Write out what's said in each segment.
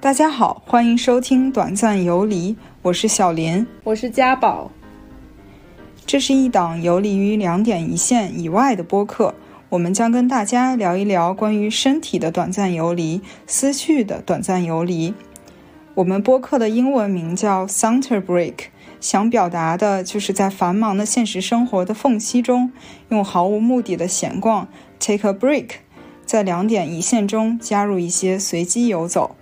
大家好，欢迎收听短暂游离，我是小林。我是家宝，这是一档游离于两点一线以外的播客，我们将跟大家聊一聊关于身体的短暂游离、思绪的短暂游离。我们播客的英文名叫 Center Break，想表达的就是在繁忙的现实生活的缝隙中，用毫无目的的闲逛 take a break，在两点一线中加入一些随机游走。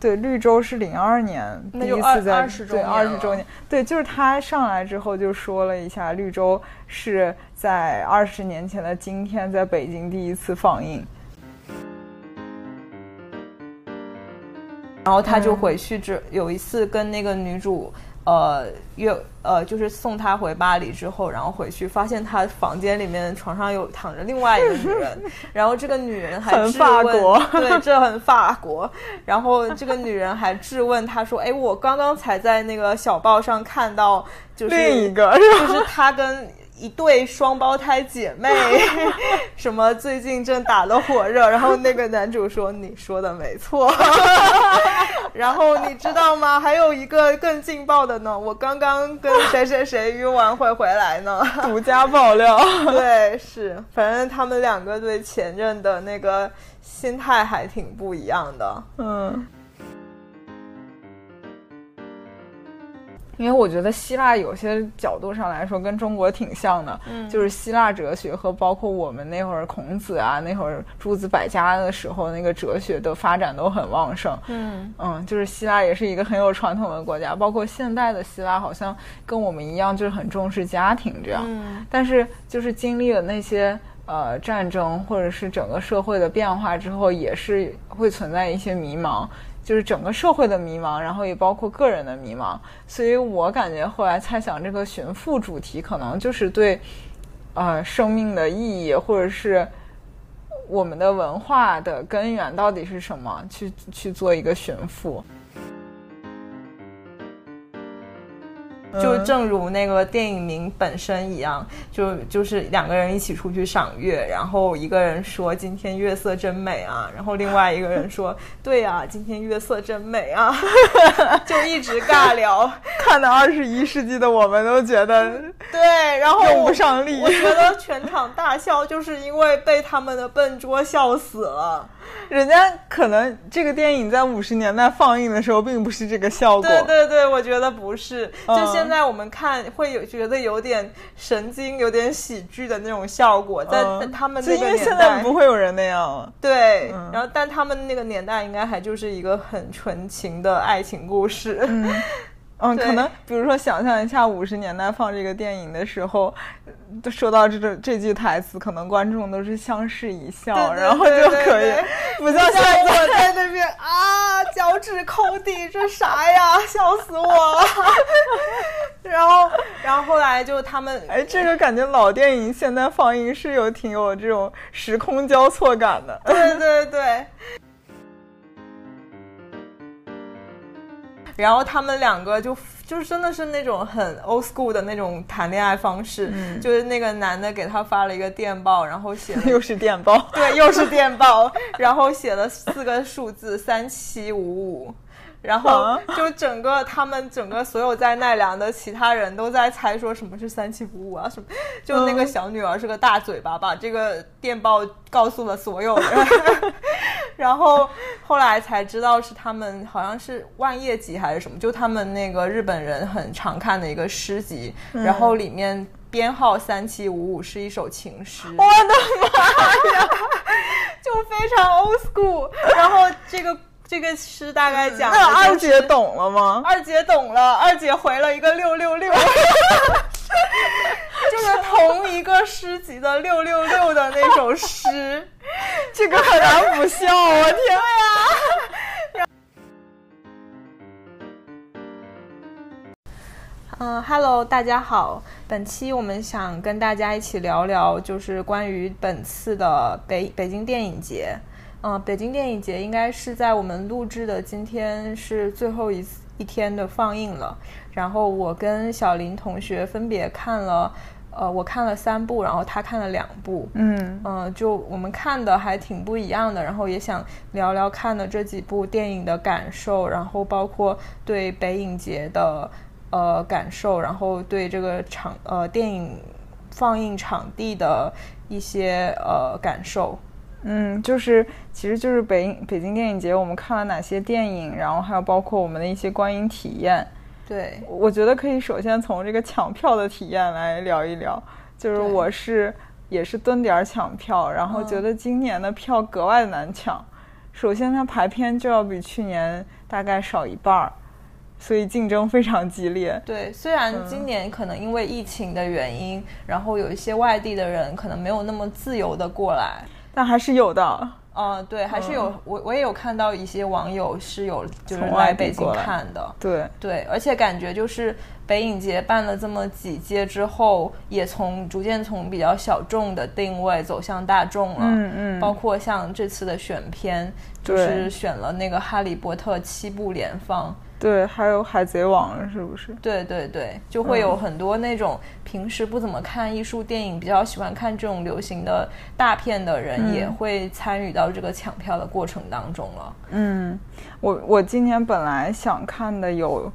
对，绿洲是零二年第那一就次二在20周对年二十了周年，对，就是他上来之后就说了一下，绿洲是在二十年前的今天在北京第一次放映。然后他就回去之有一次跟那个女主，呃约呃就是送她回巴黎之后，然后回去发现她房间里面床上有躺着另外一个女人，然后这个女人还很质法问国对，这很法国。然后这个女人还质问他说：“哎，我刚刚才在那个小报上看到，就是另一个是吧？就是她跟。”一对双胞胎姐妹， 什么最近正打得火热，然后那个男主说：“你说的 没错。” 然后你知道吗？还有一个更劲爆的呢，我刚刚跟谁谁谁约完会回来呢。 独家爆料。对，是，反正他们两个对前任的那个心态还挺不一样的。嗯，因为我觉得希腊有些角度上来说跟中国挺像的，嗯、就是希腊哲学和包括我们那会儿孔子啊，那会儿诸子百家的时候，那个哲学的发展都很旺盛。嗯，嗯，就是希腊也是一个很有传统的国家，包括现代的希腊好像跟我们一样，就是很重视家庭这样。嗯但是就是经历了那些呃战争或者是整个社会的变化之后，也是会存在一些迷茫，就是整个社会的迷茫，然后也包括个人的迷茫。所以我感觉后来猜想，这个寻父主题可能就是对呃生命的意义，或者是。我们的文化的根源到底是什么？去去做一个寻父，嗯就正如那个电影名本身一样，就就是两个人一起出去赏月，然后一个人说今天月色真美啊，然后另外一个人说 对啊，今天月色真美啊， 就一直 尬聊。看到二十一世纪的我们都觉得对，然后用我不上力哦我。觉得全场大笑，就是因为被他们的笨拙笑死了。人家可能这个电影在五十年代放映的时候，并不是这个效果。对对对，我觉得不是。就嗯现在我们看，会有觉得有点神经、有点喜剧的那种效果，在嗯在他们就那因个为年现在代。不会有嗯人那样了。对，然后但他们那个年代应该还就是一个很纯情的爱情故事。 嗯，对可能比如说想象一下五十年代放这个电影的时候，都说到这种这句台词，可能观众都是相视一笑，对对然后就对对可以对，不像现在我在那边啊，脚趾抠地，这啥呀？笑死我了！ 然后，然后后来就他们哎，这个感觉老电影现在放映是有挺有这种时空交错感的。 对对对。然后他们两个就就是真的是那种很 old school 的那种谈恋爱方式，就是那个男的给他发了一个电报，然后写了 又是电报，对，又是电报，然后写了四个数字 三七五五，然后啊就整个他们整个所有在奈良的其他人都在猜说什么是三七五五啊什么，就那个小女儿是个大嘴巴，把这个电报告诉了所有人， 然后后来才知道是他们好像是万叶集还是什么，就他们那个日本人很常看的一个诗集，嗯然后里面。编号三七五五是一首情诗，我 就非常 old school。然后这个这个诗大概啊讲 的、那二姐，懂了吗？二姐懂了，二姐回了一个六六 六，就是同一个诗集的六六六的那首 诗。这个很难不笑，啊我天！嗯，Hello，大家好。本期我们想跟大家一起聊聊，就是关于本次的北北京电影节。嗯，北京电影节应该是在我们录制的今天是最后一次一天的放映了。然后我跟小林同学分别看了，呃，我看了三部，然后他看了两部，嗯嗯，就我们看的还挺不一样的，然后也想聊聊看的这几部电影的感受，然后包括对北影节的呃感受，然后对这个场呃电影放映场地的一些呃感受。嗯，就是其实就是北影北京电影节，我们看了哪些电影，然后还有包括我们的一些观影体验。对，我觉得可以首先从这个抢票的体验来聊一聊。就是对我是也是蹲点儿抢票，然后觉嗯得今年的票格外难抢。首先，它排片就要比去年大概少一半儿，所以竞争非常激烈。对，虽嗯然今年可能因为疫情的原因，然后有一些外地的人可能没有那么自由的过来，但还是有的。啊、对，还是有、我我也有看到一些网友是有就是嗯从外来地北京过来看的，对，对，而且感觉就是北影节办了这么几届之后，也从逐渐从比较小众的定位走向大众了，嗯嗯包括像这次的选片，就对是选了那个《哈利波特》七部联放，对，还有《海贼王》是不是？对对对，就会有很多那种平时不怎么看艺术电影，比较喜欢看这种流行的大片的人，也会参与到这个抢票的过程当中了。嗯，我我今年本来想看的有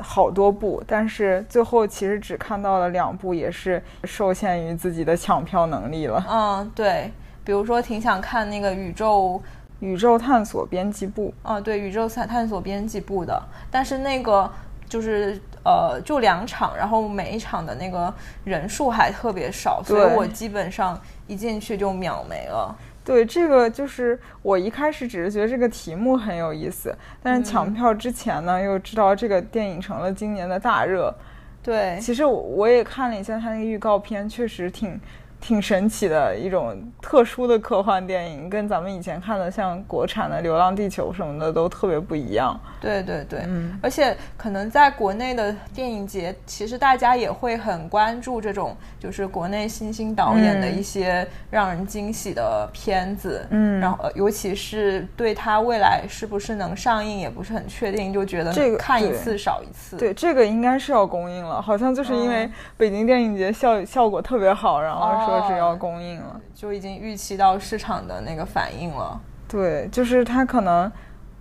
好多部，但是最后其实只看到了两部，也是受限于自己的抢票能力了。嗯，对，比如说挺想看那个宇宙，宇宙探索编辑部，啊，对，宇宙探探索编辑部的，但是那个就是呃，就两场，然后每一场的那个人数还特别少，所以对我基本上一进去就秒没了。对这个就是我一开始只是觉得这个题目很有意思，但是抢票之前呢，又知道这个电影成了今年的大热。对，其实我我也看了一下它那个预告片，确实挺挺神奇的一种特殊的科幻电影，跟咱们以前看的像国产的《流浪地球》什么的都特别不一样。对对对，嗯而且可能在国内的电影节，其实大家也会很关注这种就是国内新兴导演的嗯一些让人惊喜的片子，嗯然后呃尤其是对它未来是不是能上映也不是很确定，就觉得这个看一对次少一次，对，这个应该是要公映了，好像就是因为北京电影节效效果特别好，然后说是要公映了。就已经预期到市场的那个反应了。对，就是它可能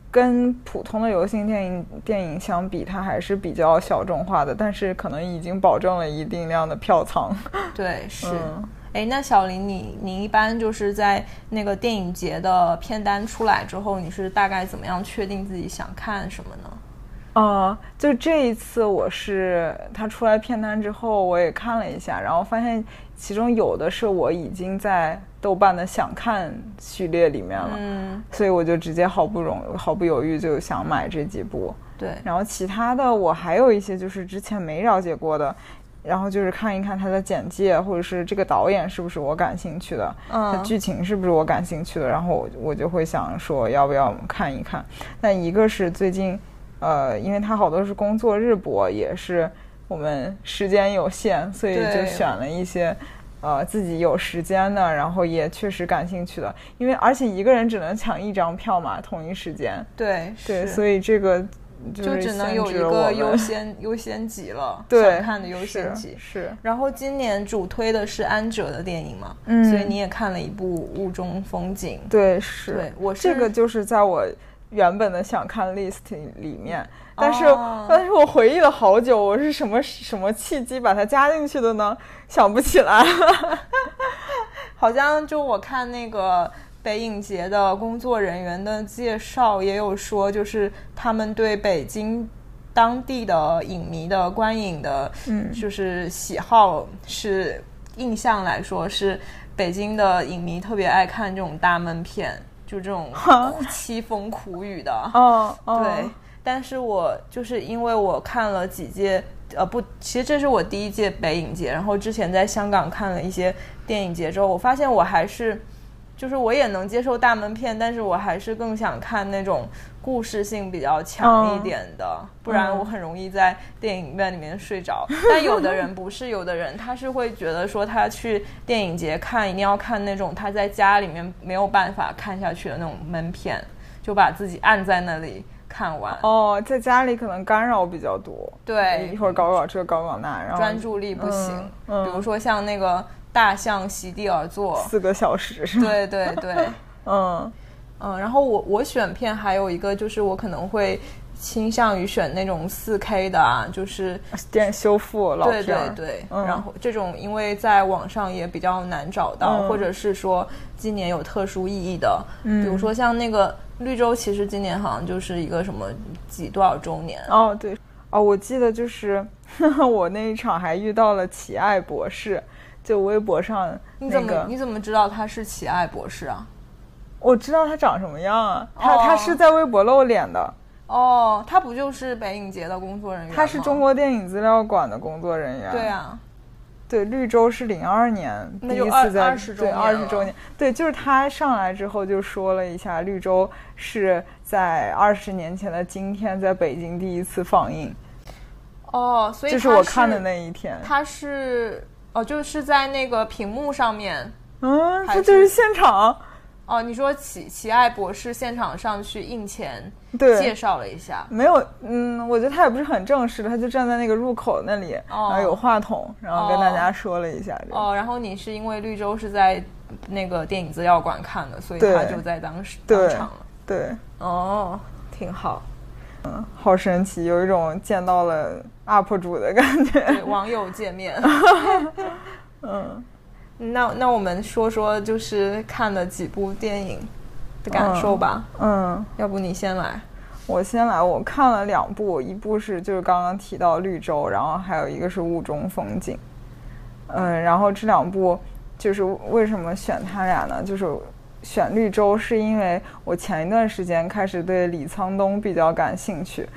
跟普通的流行电影电影相比，它还是比较小众化的，但是可能已经保证了一定量的票仓。对，是。嗯哎，那小林，你你一般就是在那个电影节的片单出来之后，你是大概怎么样确定自己想看什么呢？啊、就这一次我是它出来片单之后，我也看了一下，然后发现其中有的是我已经在豆瓣的想看序列里面了，嗯，所以我就直接毫不容毫不犹豫就想买这几部。对，然后其他的我还有一些就是之前没了解过的，然后就是看一看它的简介，或者是这个导演是不是我感兴趣的，它嗯，剧情是不是我感兴趣的，然后我我就会想说要不要看一看。但一个是最近，呃，因为它好多是工作日播，也是我们时间有限，所以就对选了一些。呃，自己有时间的，然后也确实感兴趣的，因为而且一个人只能抢一张票嘛，同一时间，对，对，是所以这个就就是只能限有制一了我个们优先优先级了，对想看的优先是级。是然后今年主推的是安哲的电影嘛，嗯所以你也看了一部《雾中风景》。对，是对我这个是就是在我原本的想看 list 里面，但是、哦但是我回忆了好久，我是什么什么契机把它加进去的呢？想不起来。 好像就我看那个北影节的工作人员的介绍，也有说，就是他们对北京当地的影迷的观影的，嗯就是喜好是印象来说是北京的影迷特别爱看这种大闷片，就这种凄风苦 雨的。哦，哦对，但是我就是因为我看了几届，呃，不，其实这是我第一届北影节，然后之前在香港看了一些电影节之后，我发现我还是，就是我也能接受大门片，但是我还是更想看那种故事性比较强一点的，不然我很容易在电影院里面睡着。但有的人 不是，有的人他是会觉得说他去电影节看一定要看那种他在家里面没有办法看下去的那种闷片。就把自己按在那里看完，哦，在家里可能干扰比较多，对一会儿搞搞这，搞搞那，然后专注力不行。嗯嗯比如说像那个大象席地而坐，四个小时，是吧？对对对，嗯，嗯，然后我我选片还有一个就是我可能会倾向于选那种四 K 的啊，就是电修复老对片对儿，对，嗯然后这种因为在网上也比较难找到，嗯或者是说今年有特殊意义的，比如说像那个绿洲，其实今年好像就是一个什么几多少周年，啊哦，对，哦，我记得就是 我那一场还遇到了奇爱博士，就微博上你那怎么、个，你怎么知道他是奇爱博士啊？我知道他长什么样啊，他、哦他是在微博露脸的，哦，他不就是北影节的工作人员吗？他是中国电影资料馆的工作人员，嗯哦对啊，对，绿洲是零二年第那一就次二在20周对年二十了周年，对，就是他上来之后就说了一下，绿洲是在二十年前的今天在北京第一次放映，哦，所以就是他我看的那一天。他是哦，就是在那个屏幕上面嗯，还这就是是现场，哦。你说奇奇爱博士现场上去印钱对，介绍了一下，没有，嗯，我觉得他也不是很正式的，他就站在那个入口那里，哦然后有话筒，然后跟哦大家说了一下这个。哦，然后你是因为绿洲是在那个电影资料馆看的，所以对他就在当时对当场了。对，哦，挺好，好神奇，有一种见到了 UP 主的感觉。 对网友见 面。嗯，那那我们说说就是看了几部电影的感受吧，嗯，要不你先来。我先来，我看了两部，一部是就是刚刚提到《绿洲》，然后还有一个是《雾中风景》。嗯，然后这两部就是为什么选它俩呢？就是选《绿洲》是因为我前一段时间开始对李沧东比较感兴趣，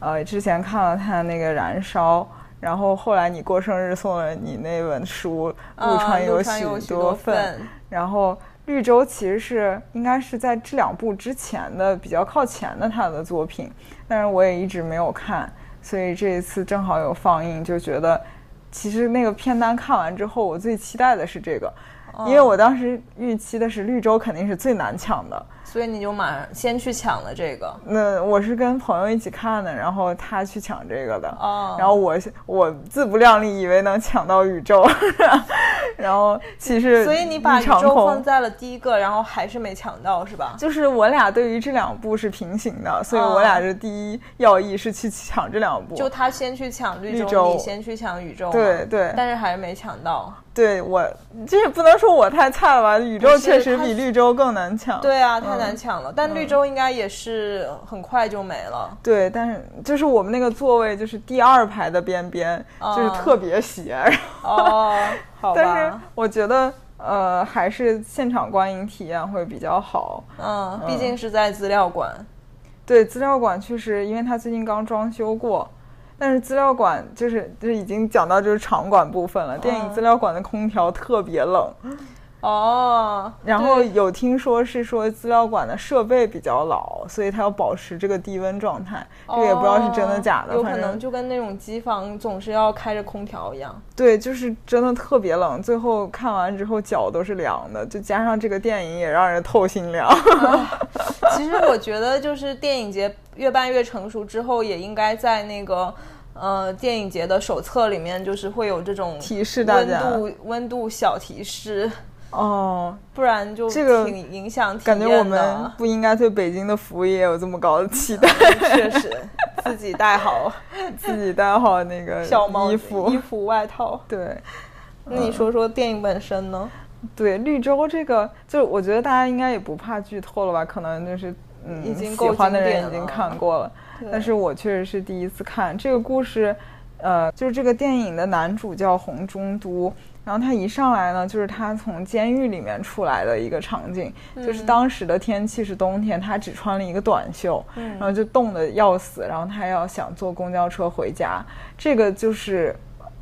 呃，之前看了他那个《燃烧》。然后后来你过生日送了你那本书《啊川陆有川有许多多愤》愤然后绿洲其实是应该是在这两部之前的比较靠前的他的作品，但是我也一直没有看，所以这一次正好有放映，就觉得其实那个片单看完之后，我最期待的是这个，哦因为我当时预期的是绿洲肯定是最难抢的，所以你就马上先去抢了这个，那我是跟朋友一起看的，然后他去抢这个的，哦然后我我自不量力，以为能抢到宇宙， 然后其实所以你把一宇场宙空放在了第一个，然后还是没抢到是吧？就是我俩对于这两部是平行的，所以我俩的第一要义是去抢这两部。啊就他先去抢绿绿洲你先去抢宇宙嘛，对对但是还是没抢到。对我，这也不能说我太菜了吧？宇宙不是确实它比绿洲更难抢。对啊，太难抢了。但绿洲应该也是很快就没了。对，但是就是我们那个座位就是第二排的边边，就是啊特别斜。然后哦， 好嗯但是吧，我觉得呃，还是现场观影体验会比较好。嗯，毕竟是在资料馆。对，资料馆确实，因为它最近刚装修过，但是资料馆就是就是已经讲到就是场馆部分了。电影嗯资料馆的空调特别冷，哦，然后对有听说是说资料馆的设备比较老，所以它要保持这个低温状态，这个也不知道是真的假的，哦有反可能正就跟那种机房总是要开着空调一 样。对，就是真的特别冷。最后看完之后脚都是凉的，就加上这个电影也让人透心 凉。其实我觉得，就是电影节越办越成熟之后，也应该在那个呃电影节的手册里面，就是会有这种提示大家温度温度小提示，哦，不然就这个挺影响体感验觉的。我们不应该对北京的服务业有这么高的期待。 确实自己带好自己带好那个 小帽子衣服。嗯衣服、外套。 对那你说说电影本身呢？对，绿洲这个，就我觉得大家应该也不怕剧透了吧？可能就是嗯，已经喜够欢的经人典已经了看过了，但是我确实是第一次看这个故事。呃，就是这个电影的男主叫洪忠都，然后他一上来呢，就是他从监狱里面出来的一个场景，就是当时的天气是冬天，他只穿了一个短袖，然后就冻得要死，然后他要想坐公交车回家，这个就是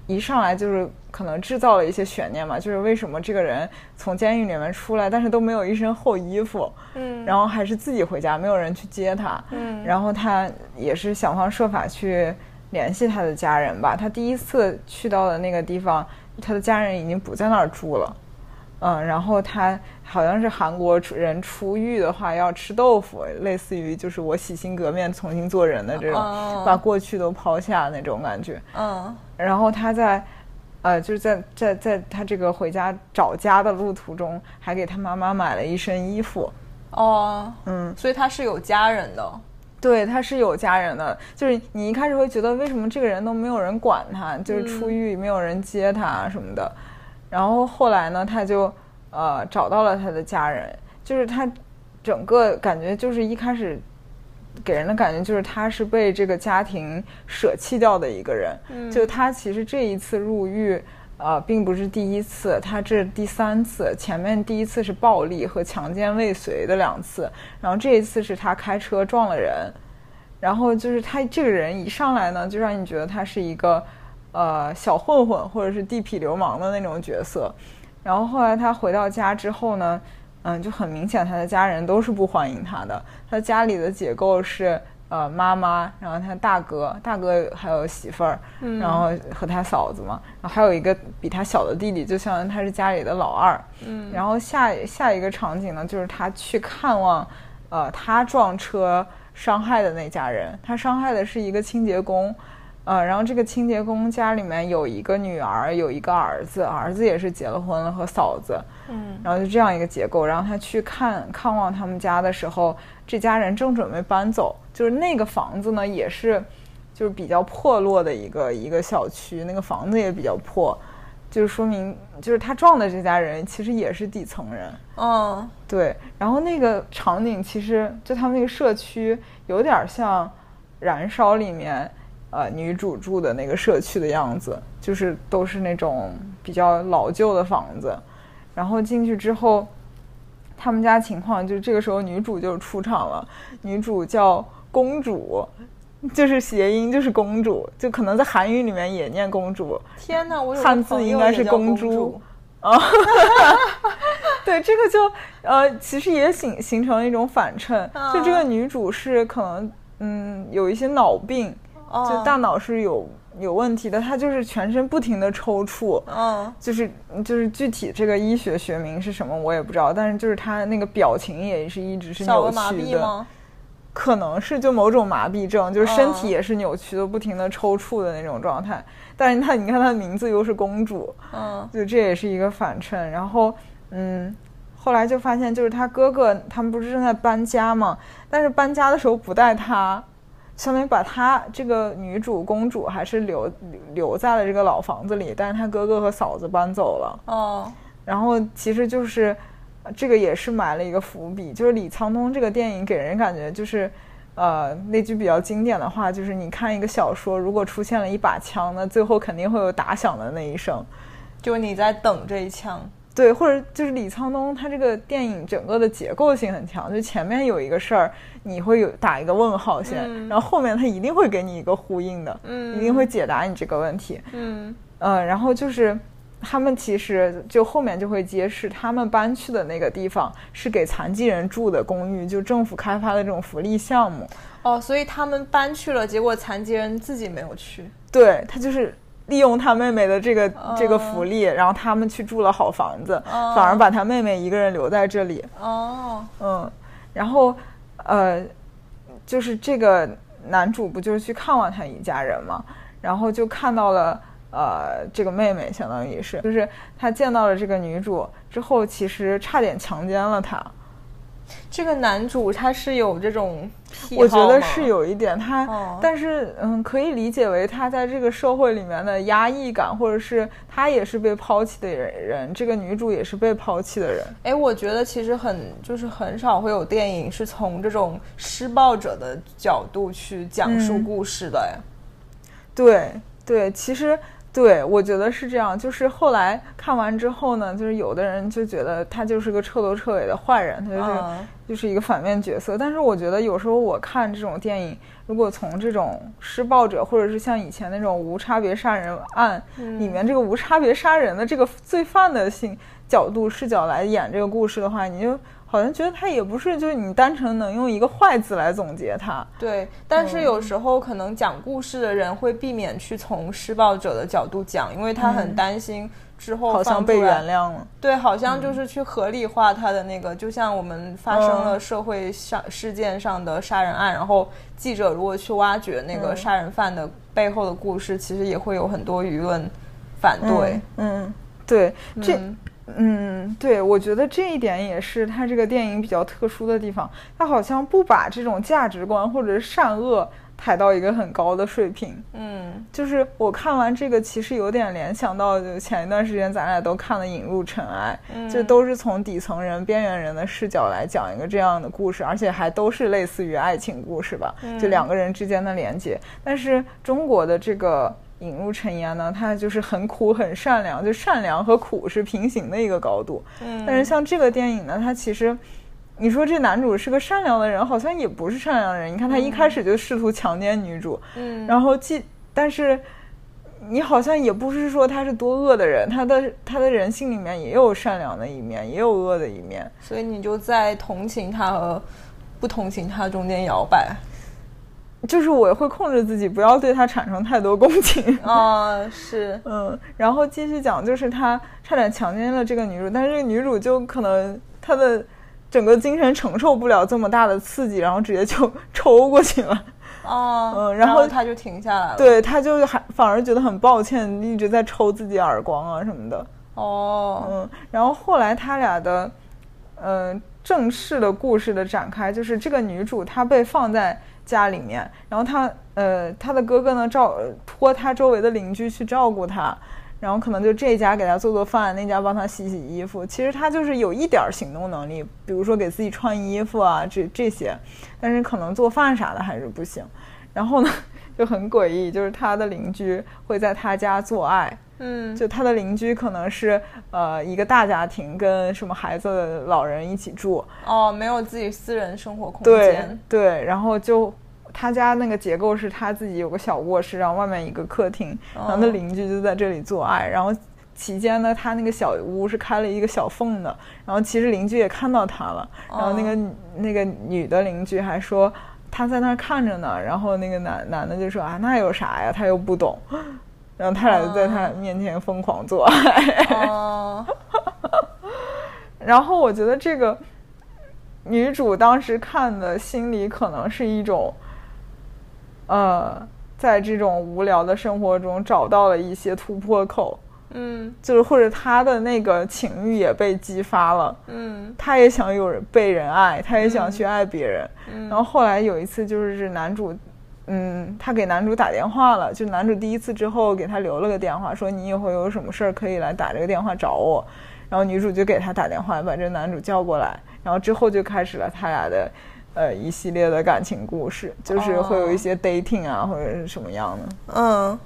一上来就是可能制造了一些悬念嘛，就是为什么这个人从监狱里面出来，但是都没有一身厚衣服，嗯，然后还是自己回家，没有人去接他，嗯，然后他也是想方设法去联系他的家人吧。他第一次去到的那个地方，他的家人已经不在那儿住了，嗯，然后他好像是韩国出人出狱的话要吃豆腐，类似于就是我洗心革面重新做人的这种，哦把过去都抛下那种感觉。嗯然后他在，呃，就是在在在他这个回家找家的路途中，还给他妈妈买了一身衣服。哦，嗯，所以他是有家人的，对，他是有家人的，就是你一开始会觉得为什么这个人都没有人管他，就是出狱没有人接他什么的，然后后来呢，他就呃找到了他的家人，就是他整个感觉就是一开始给人的感觉就是他是被这个家庭舍弃掉的一个人，就他其实这一次入狱。呃，并不是第一次，他这是第三次，前面第一次是暴力和强奸未遂的两次，然后这一次是他开车撞了人，然后就是他这个人一上来呢，就让你觉得他是一个呃小混混或者是地痞流氓的那种角色，然后后来他回到家之后呢，嗯，就很明显他的家人都是不欢迎他的，他家里的结构是。呃，妈妈，然后他大哥，大哥还有媳妇儿，然后和他嫂子嘛，然后还有一个比他小的弟弟，就相当于他是家里的老二。嗯，然后下下一个场景呢，就是他去看望，呃，他撞车伤害的那家人，他伤害的是一个清洁工，呃，然后这个清洁工家里面有一个女儿，有一个儿子，儿子也是结了婚了和嫂子，嗯然后就这样一个结构。然后他去看看望他们家的时候，这家人正准备搬走，就是那个房子呢也是，就是比较破落的一个一个小区，那个房子也比较破，就是说明就是他撞的这家人其实也是底层人。嗯对，然后那个场景其实就他们那个社区有点像《燃烧》里面呃女主住的那个社区的样子，就是都是那种比较老旧的房子。然后进去之后，他们家情况就是这个时候女主就出场了，女主叫公主，就是谐音就是公主，就可能在韩语里面也念公主，天哪，我有个汉字朋友应该也是叫公公猪，对，这个就呃，其实也形形成了一种反衬，嗯就这个女主是可能嗯有一些脑病，就哦大脑是有有问题的，她就是全身不停的抽搐，嗯就是就是具体这个医学学名是什么我也不知道，但是就是她那个表情也是一直是小扭儿麻曲痹的，吗？可能是就某种麻痹症，就是身体嗯也是扭曲的，不停的抽搐的那种状态。但是她你看她的名字又是公主，嗯就这也是一个反衬。然后，嗯，后来就发现，就是他哥哥他们不是正在搬家嘛，但是搬家的时候不带他，相当于把他这个女主公主还是留留留在了这个老房子里，但是他哥哥和嫂子搬走了。哦然后其实就是呃这个也是埋了一个伏笔，就是李沧东这个电影给人感觉就是。呃，那句比较经典的话就是：“你看一个小说，如果出现了一把枪呢，最后肯定会有打响的那一声。”就你在等这一枪，对，或者就是李沧东他这个电影整个的结构性很强，就前面有一个事儿，你会有打一个问号先，然后后面他一定会给你一个呼应的，嗯一定会解答你这个问题。嗯呃，然后就是他们其实就后面就会揭示，他们搬去的那个地方是给残疾人住的公寓，就政府开发的这种福利项目。哦，所以他们搬去了，结果残疾人自己没有去，对他就是利用他妹妹的这个、这个福利，然后他们去住了好房子，反而把他妹妹一个人留在这里。哦嗯，然后呃，就是这个男主不就是去看望他一家人嘛，然后就看到了呃这个妹妹，相当于是，就是他见到了这个女主之后，其实差点强奸了她。这个男主他是有这种癖好我觉得吗是有一点他，哦但是嗯，可以理解为他在这个社会里面的压抑感，或者是他也是被抛弃的人，人这个女主也是被抛弃的人。哎，我觉得其实很就是很少会有电影是从这种施暴者的角度去讲述嗯故事的，哎、对对，其实对我觉得是这样。就是后来看完之后呢，就是有的人就觉得他就是个彻头彻尾的坏人，他就是、嗯就是一个反面角色。但是我觉得有时候我看这种电影，如果从这种施暴者，或者是像以前那种无差别杀人案、里面这个无差别杀人的这个罪犯的性角度视角来演这个故事的话，你就好像觉得它也不是，就是你单纯能用一个坏字来总结它。对，但是有时候可能讲故事的人会避免去从施暴者的角度讲，因为他很担心之嗯后好像放被出来原谅了。对，好像嗯就是去合理化他的那个，就像我们发生了社会上事件上的杀人案，然后记者如果去挖掘那嗯个杀人犯的背后的故事，其实也会有很多舆论反对。嗯，嗯，对，这，嗯，对，我觉得这一点也是他这个电影比较特殊的地方，他好像不把这种价值观或者是善恶抬到一个很高的水平。嗯就是我看完这个，其实有点联想到，就前一段时间咱俩都看了《引入尘埃》，就都是从底层人、边缘人的视角来讲一个这样的故事，而且还都是类似于爱情故事吧，就两个人之间的连接。但是中国的这个。引入尘烟呢，它就是很苦很善良，就善良和苦是平行的一个高度。嗯但是像这个电影呢，它其实，你说这男主是个善良的人，好像也不是善良的人。你看他一开始就试图强奸女主，嗯然后既但是你好像也不是说他是多恶的人，他的他的人性里面也有善良的一面，也有恶的一面。所以你就在同情他和不同情他中间摇摆。啊就是我会控制自己，不要对他产生太多共情。啊、是，嗯，然后继续讲，就是他差点强奸了这个女主，但是这个女主就可能她的整个精神承受不了这么大的刺激，然后直接就抽过去了。啊、嗯然然后他就停下来了。，对，她就还反而觉得很抱歉，一直在抽自己耳光啊什么的。哦，嗯，然后后来他俩的，呃，正式的故事的展开，就是这个女主她被放在家里面，然后她呃她的哥哥呢照托她周围的邻居去照顾她，然后可能就这家给她做做饭，那家帮她洗洗衣服。其实她就是有一点儿行动能力，比如说给自己穿衣服啊这这些，但是可能做饭啥的还是不行。然后呢就很诡异，就是她的邻居会在她家做爱。嗯，就他的邻居可能是呃一个大家庭跟什么孩子、老人一起住，哦，没有自己私人生活空对间。对，然后就他家那个结构是他自己有个小卧室，然后外面一个客厅，然后他哦邻居就在这里做爱，然后期间呢，他那个小屋是开了一个小缝的，然后其实邻居也看到他了，然后那个、哦那个女的邻居还说。他在那儿看着呢，然后那个男男的就说啊，那有啥呀？他又不懂， 然后他俩就在他面前疯狂做爱， 哦，然后我觉得这个女主当时看的心里可能是一种，呃，在这种无聊的生活中找到了一些突破口，嗯就是或者她的那个情欲也被激发了，嗯她也想有人被人爱，她也想去爱别人。嗯然后后来有一次就是男主。嗯，她给男主打电话了，就男主第一次之后给她留了个电话，说你以后有什么事儿可以来打这个电话找我。然后女主就给他打电话，把这男主叫过来，然后之后就开始了他俩的，呃，一系列的感情故事，就是会哦有一些 dating 啊，或者是什么样的。嗯，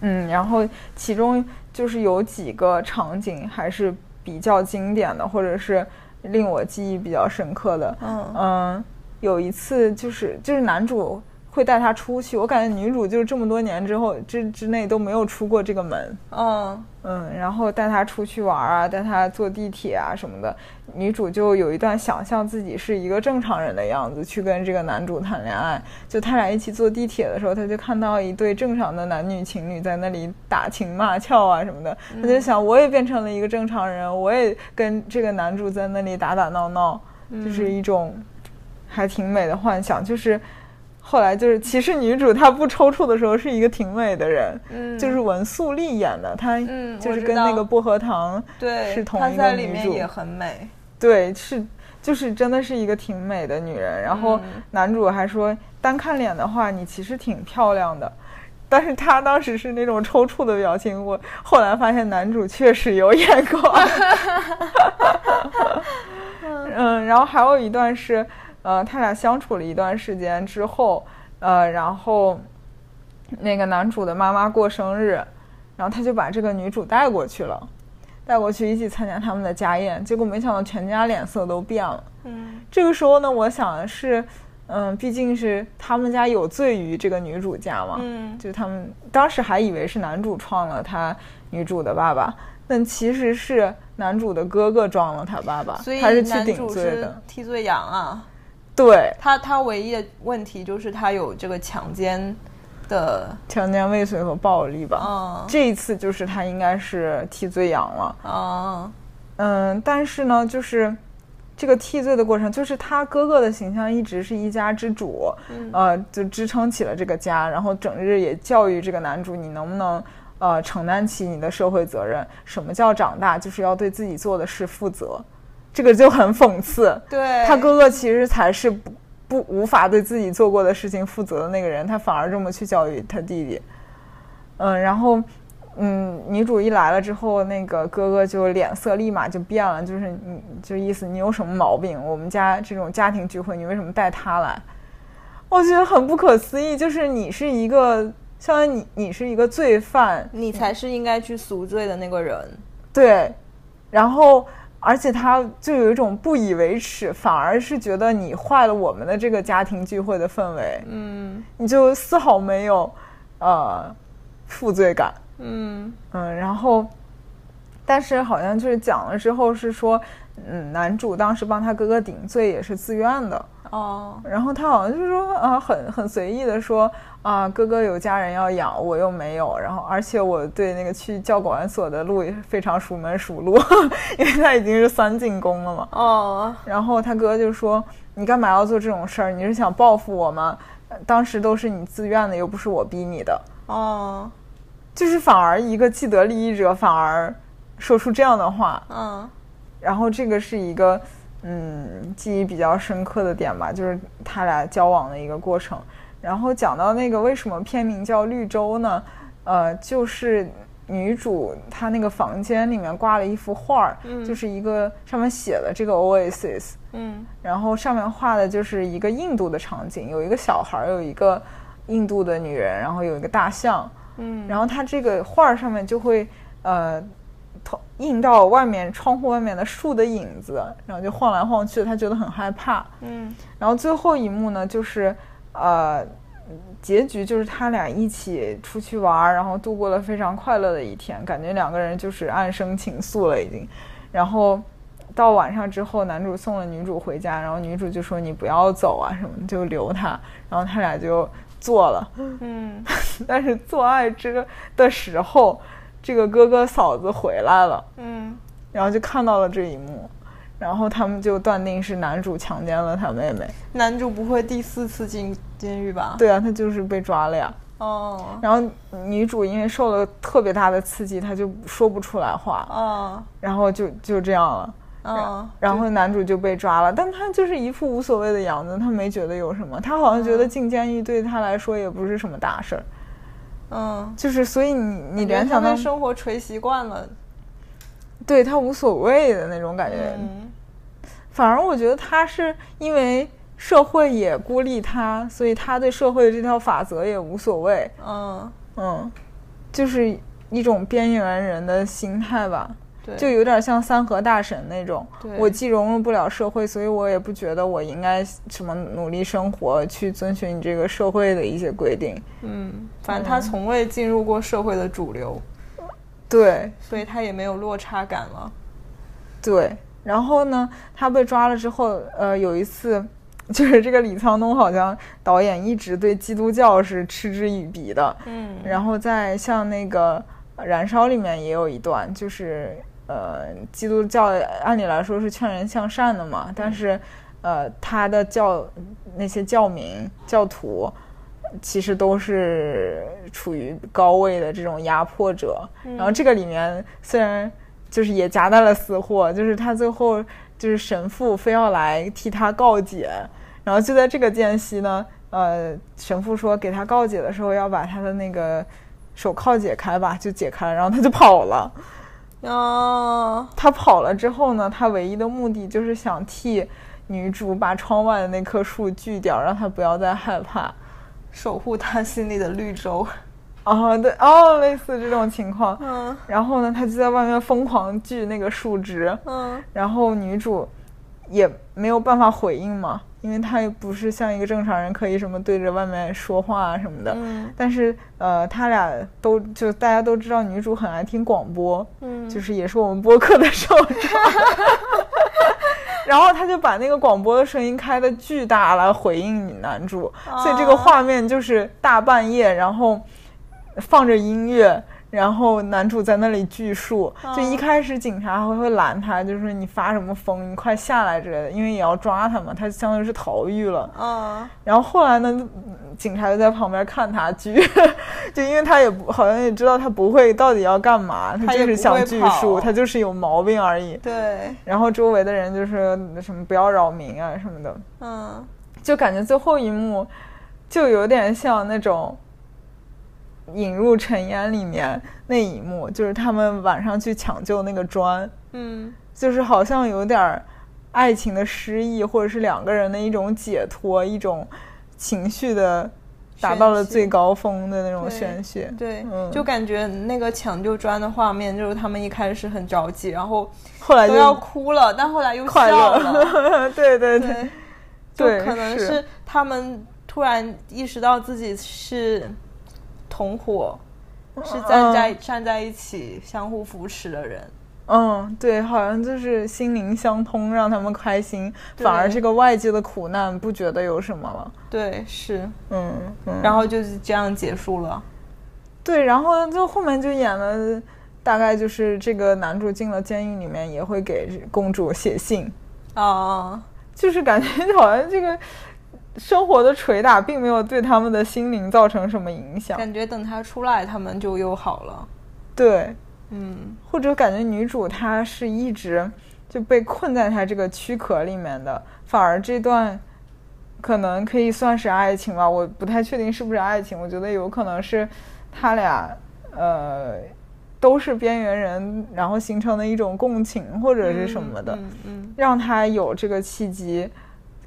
嗯，然后其中就是有几个场景还是比较经典的，或者是令我记忆比较深刻的。嗯有一次就是就是男主会带她出去，我感觉女主就是这么多年之后之之内都没有出过这个门。嗯嗯，然后带她出去玩啊，带她坐地铁啊什么的。女主就有一段想象自己是一个正常人的样子去跟这个男主谈恋爱。就他俩一起坐地铁的时候，她就看到一对正常的男女情侣在那里打情骂俏啊什么的。她就想，我也变成了一个正常人，我也跟这个男主在那里打打闹闹，就是一种还挺美的幻想。就是后来就是，其实女主她不抽搐的时候是一个挺美的人，嗯就是文素丽演的，她嗯就我是知跟那道个薄荷糖对，是同她一个在里女面主，也很美。对，是就是真的是一个挺美的女人。然后男主还说，单看脸的话，你其实挺漂亮的。但是她当时是那种抽搐的表情，我后来发现男主确实有眼光。嗯，然后还有一段是，呃，他俩相处了一段时间之后，呃，然后那个男主的妈妈过生日，然后他就把这个女主带过去了，带过去一起参加他们的家宴，结果没想到全家脸色都变了。嗯这个时候呢，我想是，嗯，毕竟是他们家有罪于这个女主家嘛，嗯就他们当时还以为是男主撞了他女主的爸爸，但其实是男主的哥哥撞了他爸爸，所以他是去男顶主罪是的，替罪羊啊。对，他他唯一的问题就是他有这个强奸的，强奸未遂和暴力吧。嗯这一次就是他应该是替罪羊了，嗯嗯，但是呢，就是这个替罪的过程，就是他哥哥的形象一直是一家之主，呃，就支撑起了这个家，然后整日也教育这个男主，你能不能呃承担起你的社会责任？什么叫长大？就是要对自己做的事负责，这个就很讽刺。对，他哥哥其实才是不不无法对自己做过的事情负责的那个人，他反而这么去教育他弟弟。嗯，然后嗯，女主一来了之后，那个哥哥就脸色立马就变了，就是你就意思你有什么毛病？我们家这种家庭聚会，你为什么带他来？我觉得很不可思议，就是你是一个。相当于你，你是一个罪犯，你才是应该去赎罪的那个人。对，然后而且他就有一种不以为耻，反而是觉得你坏了我们的这个家庭聚会的氛围，嗯你就丝毫没有呃负罪感，嗯嗯，然后但是好像就是讲了之后是说，嗯，男主当时帮他哥哥顶罪也是自愿的，哦，然后他好像就是说啊，很很随意的说啊，哥哥有家人要养，我又没有，然后而且我对那个去教管所的路也是非常熟门熟路， 因为他已经是三进宫了嘛。哦，然后他哥就说：“你干嘛要做这种事儿？你是想报复我吗？呃当时都是你自愿的，又不是我逼你的。哦，”就是反而一个既得利益者反而说出这样的话，嗯，然后这个是一个嗯记忆比较深刻的点吧，就是他俩交往的一个过程。然后讲到那个为什么片名叫绿洲呢？呃，就是女主她那个房间里面挂了一幅画儿，就是一个上面写的这个 oasis，嗯，然后上面画的就是一个印度的场景，有一个小孩儿，有一个印度的女人，然后有一个大象，嗯，然后它这个画儿上面就会呃，投映到外面窗户外面的树的影子，然后就晃来晃去，他觉得很害怕，嗯，然后最后一幕呢，就是呃，结局就是他俩一起出去玩儿，然后度过了非常快乐的一天，感觉两个人就是暗生情愫了已经。然后到晚上之后，男主送了女主回家，然后女主就说你不要走啊什么的，就留他。然后他俩就做了，嗯，但是做爱之的时候，这个哥哥嫂子回来了。嗯，然后就看到了这一幕，然后他们就断定是男主强奸了他妹妹。男主不会第四次进监狱吧？，对啊，他就是被抓了呀。哦，然后女主因为受了特别大的刺激，她就说不出来话，哦，然后就就这样了。哦，然后男主就被抓了，但他就是一副无所谓的样子，他没觉得有什么，他好像觉得进监狱对他来说也不是什么大事儿，嗯，就是所以你你感觉联他想到们生活锤习惯了，对他无所谓的那种感觉，嗯，反而我觉得他是因为社会也孤立他，所以他对社会的这条法则也无所谓，嗯，嗯，就是一种边缘人的心态吧，对，就有点像三和大神那种对，我既融入不了社会，所以我也不觉得我应该什么努力生活，去遵循你这个社会的一些规定。嗯，反正他从未进入过社会的主流，对所以他也没有落差感了。对，然后呢，他被抓了之后，呃，有一次。 就是这个李沧东好像导演一直对基督教是嗤之以鼻的，嗯然后在像那个呃《燃烧》里面也有一段，就是呃，基督教按理来说是劝人向善的嘛，但是呃，他的教那些教民教徒其实都是处于高位的这种压迫者。然后这个里面虽然就是也夹带了私货，就是他最后就是神父非要来替他告解，然后就在这个间隙呢，呃，神父说给他告解的时候要把他的那个手铐解开吧，就解开了，然后他就跑了。 哦，他跑了之后呢，他唯一的目的就是想替女主把窗外的那棵树锯掉，让她不要再害怕。 守护他心里的绿洲。哦，对，哦，类似这种情况。嗯然后呢，他就在外面疯狂锯那个树枝， 嗯然后女主也没有办法回应嘛，因为他也不是像一个正常人可以什么对着外面说话啊什么的。嗯但是呃，他俩都就大家都知道女主很爱听广播，嗯就是也是我们播客的 受众。 然后他就把那个广播的声音开的巨大来回应男主，啊所以这个画面就是大半夜，然后放着音乐，然后男主在那里叙述。啊就一开始警察还会拦他，就是说你发什么疯，你快下来之类的，因为也要抓他嘛，他相当于是逃狱了。嗯然后后来呢，嗯警察就在旁边看他锯， 就因为他也不好像也知道他不会到底要干嘛，他他也就是想锯不会树，跑他就是有毛病而已。对，然后周围的人就说什么不要扰民啊什么的，嗯就感觉最后一幕就有点像那种《引入尘烟》里面那一幕，就是他们晚上去抢救那个砖，嗯就是好像有点儿爱情的失意，或者是两个人的一种解脱，一种情绪的达到了最高峰的那种宣泄。对，嗯就感觉那个抢救砖的画面，就是他们一开始很着急，然后后来都 要就哭了，但后来又快笑了。 乐，对对对，对，对就可能是是他们突然意识到自己是同伙，嗯是站在站在一起相互扶持的人。嗯，对，好像就是心灵相通，让他们开心，对反而这个外界的苦难不觉得有什么了。对，是，嗯嗯，然后就是这样结束了。对，然后就后面就演了。大概就是这个男主进了监狱里面，也会给公主写信，啊，就是感觉好像这个生活的捶打并没有对他们的心灵造成什么影响。感觉等他出来，他们就又好了。对，嗯或者感觉女主她是一直就被困在她这个躯壳里面的，反而这段可能可以算是爱情吧，我不太确定是不是爱情，我觉得有可能是他俩呃都是边缘人，然后形成的一种共情或者是什么的。嗯嗯让他有这个契机，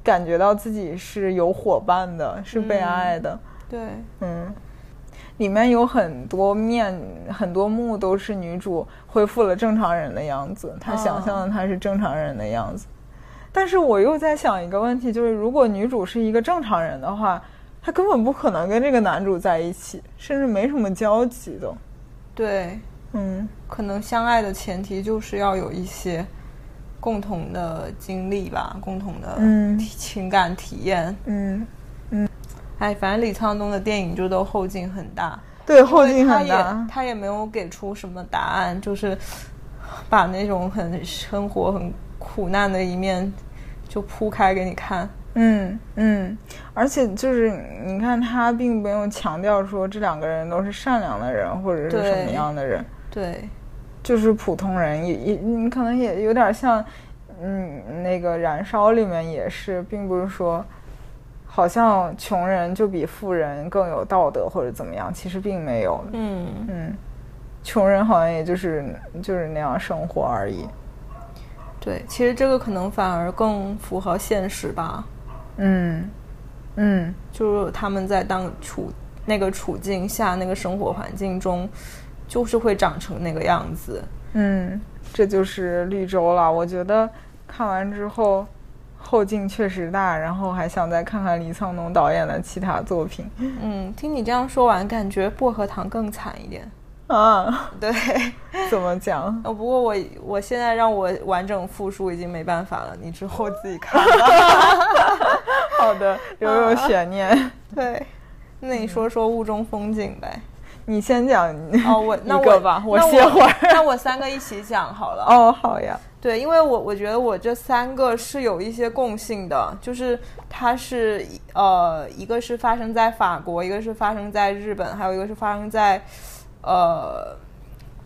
感觉到自己是有伙伴的，是被爱的。嗯，对，嗯，里面有很多面，很多幕都是女主恢复了正常人的样子，她哦想象的她是正常人的样子。但是我又在想一个问题，就是如果女主是一个正常人的话，她根本不可能跟这个男主在一起，甚至没什么交集的。对，嗯，可能相爱的前提就是要有一些共同的经历吧，共同的嗯体情感体验。嗯，哎，反正李沧东的电影就都后劲很大，对，后劲因为很大。他也他也没有给出什么答案，就是把那种很生活很苦难的一面就铺开给你看。嗯嗯，而且就是你看，他并没有强调说这两个人都是善良的人或者是什么对样的人，对，就是普通人，也也你可能也有点像，嗯，那个《燃烧》里面也是，并不是说好像穷人就比富人更有道德或者怎么样，其实并没有，嗯，嗯，穷人好像也就是就是那样生活而已，对，其实这个可能反而更符合现实吧，嗯嗯就是他们在当处那个处境下、那个生活环境中，就是会长成那个样子。嗯，这就是绿洲了。我觉得看完之后后劲确实大，然后还想再看看李沧东导演的其他作品嗯，听你这样说完，感觉薄荷糖更惨一点。啊。 对，怎么讲？哦，不过我我现在让我完整复述已经没办法了，你之后自己看。 好的，留啊有悬念。 对，那你说说雾中风景呗。你先讲哦，我那一个我吧那我歇会儿那我三个一起讲好了。 哦，好呀。对，因为我我觉得我这三个是有一些共性的，就是它是呃，一个是发生在法国，一个是发生在日本，还有一个是发生在呃，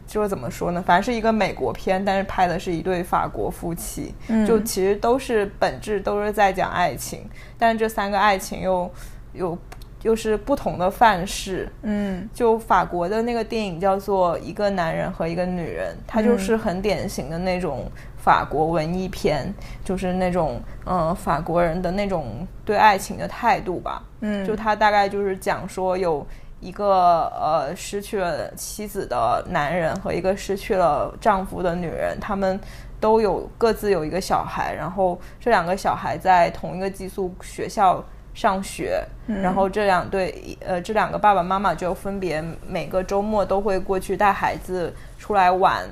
就是怎么说呢，反正是一个美国片，但是拍的是一对法国夫妻，就其实都是本质都是在讲爱情，但是这三个爱情又有又是不同的范式，嗯就法国的那个电影叫做《一个男人和一个女人》，它就是很典型的那种法国文艺片，就是那种嗯、呃法国人的那种对爱情的态度吧。嗯就他大概就是讲说有一个呃失去了妻子的男人和一个失去了丈夫的女人，他们都有各自有一个小孩，然后这两个小孩在同一个寄宿学校上学，然后这两对呃这两个爸爸妈妈就分别每个周末都会过去带孩子出来玩，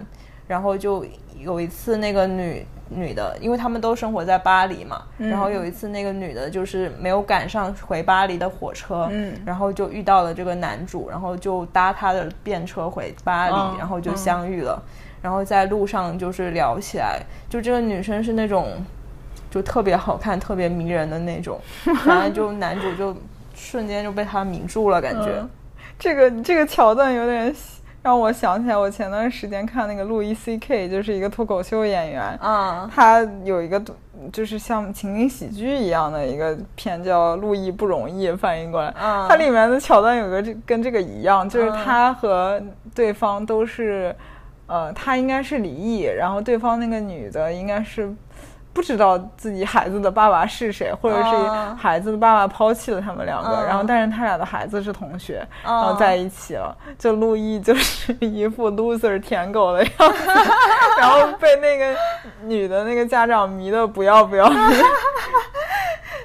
然后就有一次那个女女的，因为他们都生活在巴黎嘛，然后有一次那个女的就是没有赶上回巴黎的火车，嗯然后就遇到了这个男主，然后就搭他的便车回巴黎，嗯然后就相遇了，然后在路上就是聊起来，就这个女生是那种就特别好看、特别迷人的那种，然后 就男主就瞬间就被她迷住了，感觉。嗯这个这个桥段有点让我想起来，我前段时间看那个路易 C K，就是一个脱口秀演员，啊，他有一个就是像情景喜剧一样的一个片叫《路易不容易》，翻译过来，嗯它里面的桥段有个这跟这个一样，就是嗯他和对方都是，呃，他应该是离异，然后对方那个女的应该是。不知道自己孩子的爸爸是谁，或者是哦孩子的爸爸抛弃了他们两个，嗯然后但是他俩的孩子是同学，然后哦在一起了。就路易就是一副 loser 舔狗的样子， 然后被那个女的那个家长迷得不要不要的。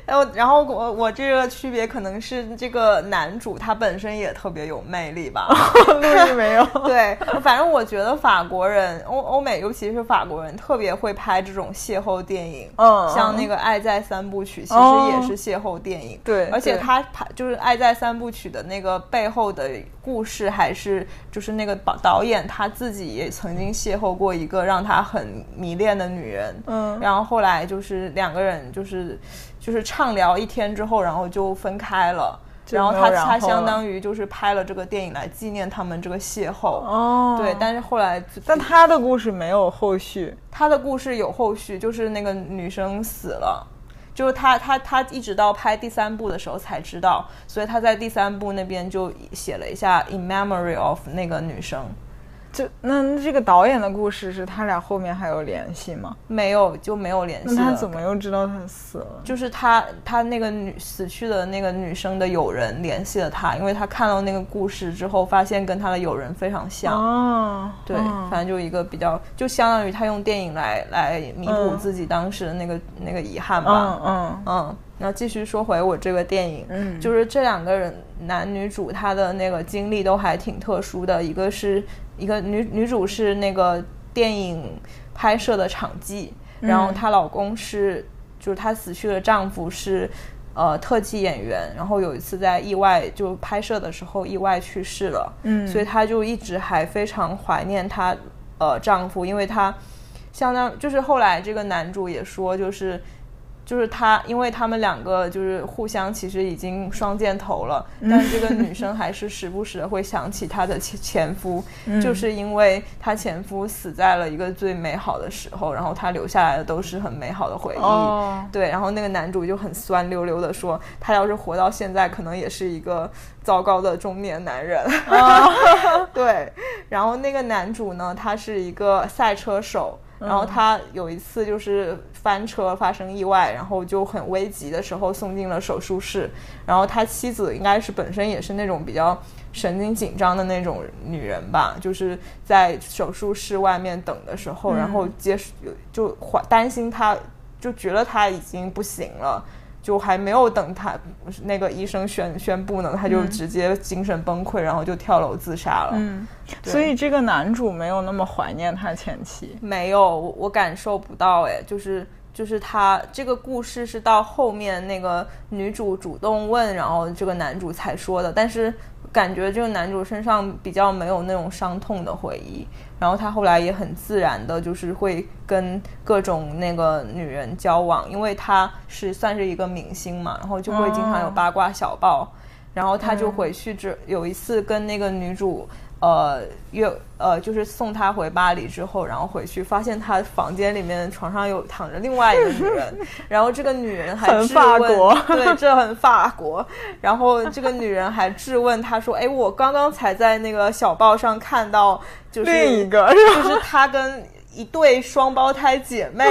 然后，然后我我这个区别可能是这个男主他本身也特别有魅 力吧。路易没有，对，反正我觉得法国人、欧欧美，尤其是法国人，特别会拍这种邂逅电影。嗯像那个《爱在三部曲》，哦其实也是邂逅电影。对而且对他拍就是《爱在三部曲》的那个背后的故事，还是就是那个导导演他自己也曾经邂逅过一个让他很迷恋的女人。嗯然后后来就是两个人就是就是畅聊一天之后，然后就分开了。就然后没有他然他后相了当于就是拍了这个电影来纪念他们这个邂逅。 哦对，但是后来，但他的故事没有后续，他的故事有后续，就是那个女生死了，就是他他他一直到拍第三部的时候才知道，所以他在第三部那边就写了一下 in memory of 那个女生，就那这个导演的故事是他俩后面还有联系吗？没有就没有联那系他了怎么又知道他死了？就是他他那个女死去的那个女生的友人联系了他，因为他看到那个故事之后，发现跟他的友人非常像。哦，对，嗯反正就一个比较，就相当于他用电影来来弥补自己当时的那个、那个遗憾吧。嗯嗯嗯，然后继续说回我这个电影，嗯就是这两个人男女主他的那个经历都还挺特殊的，一个是一个女女主是那个电影拍摄的场记，嗯然后她老公是、就是她死去的丈夫是。呃，特技演员，然后有一次在意外就拍摄的时候意外去世了，嗯所以她就一直还非常怀念她呃丈夫，因为她相当就是后来这个男主也说，就是就是他，因为他们两个就是互相其实已经双箭头了，但是这个女生还是时不时地会想起她的前前夫，就是因为她前夫死在了一个最美好的时候，然后她留下来的都是很美好的回忆。哦对，然后那个男主就很酸溜溜的说，他要是活到现在，可能也是一个糟糕的中年男人。 对，然后那个男主呢，他是一个赛车手，然后他有一次就是翻车发生意外，然后就很危急的时候送进了手术室，然后他妻子应该是本身也是那种比较。神经紧张的那种女人吧，就是在手术室外面等的时候，然后接就怀担心他，就觉得他已经不行了，就还没有等他那个医生宣宣布呢，他就直接精神崩溃，然后就跳楼自杀了。嗯，所以这个男主没有那么怀念他前妻。没有，我我感受不到哎，就是就是他这个故事是到后面那个女主主动问，然后这个男主才说的，但是感觉这个男主身上比较没有那种伤痛的回忆，然后他后来也很自然的，就是会跟各种那个女人交往，因为他是算是一个明星嘛，然后就会经常有八卦小报。然后他嗯就回去之、有一次跟那个女主呃约呃就是送她回巴黎之后，然后回去发现她房间里面床上有躺着另外一个女 人，然后这个女人还很质法问国 对，这很法国。然后这个女人还质问他说：“哎，我刚刚才在那个小报上看到，就是另一个是吧？就是他跟。一对双胞胎姐妹，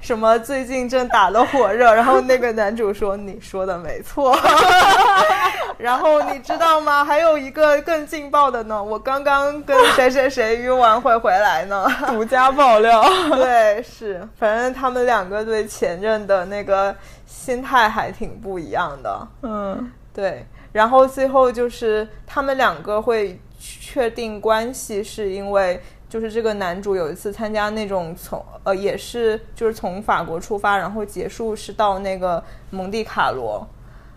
什么最近正打得火热。然后那个男主说：“你说的没错。”然后你知道吗？还有一个更劲爆的呢，我刚刚跟谁谁谁约完会回来呢。独家爆料，对，是，反正他们两个对前任的那个心态还挺不一样的。嗯，对，然后最后就是他们两个会确定关系，是因为就是这个男主有一次参加那种从呃也是就是从法国出发，然后结束是到那个蒙地卡罗，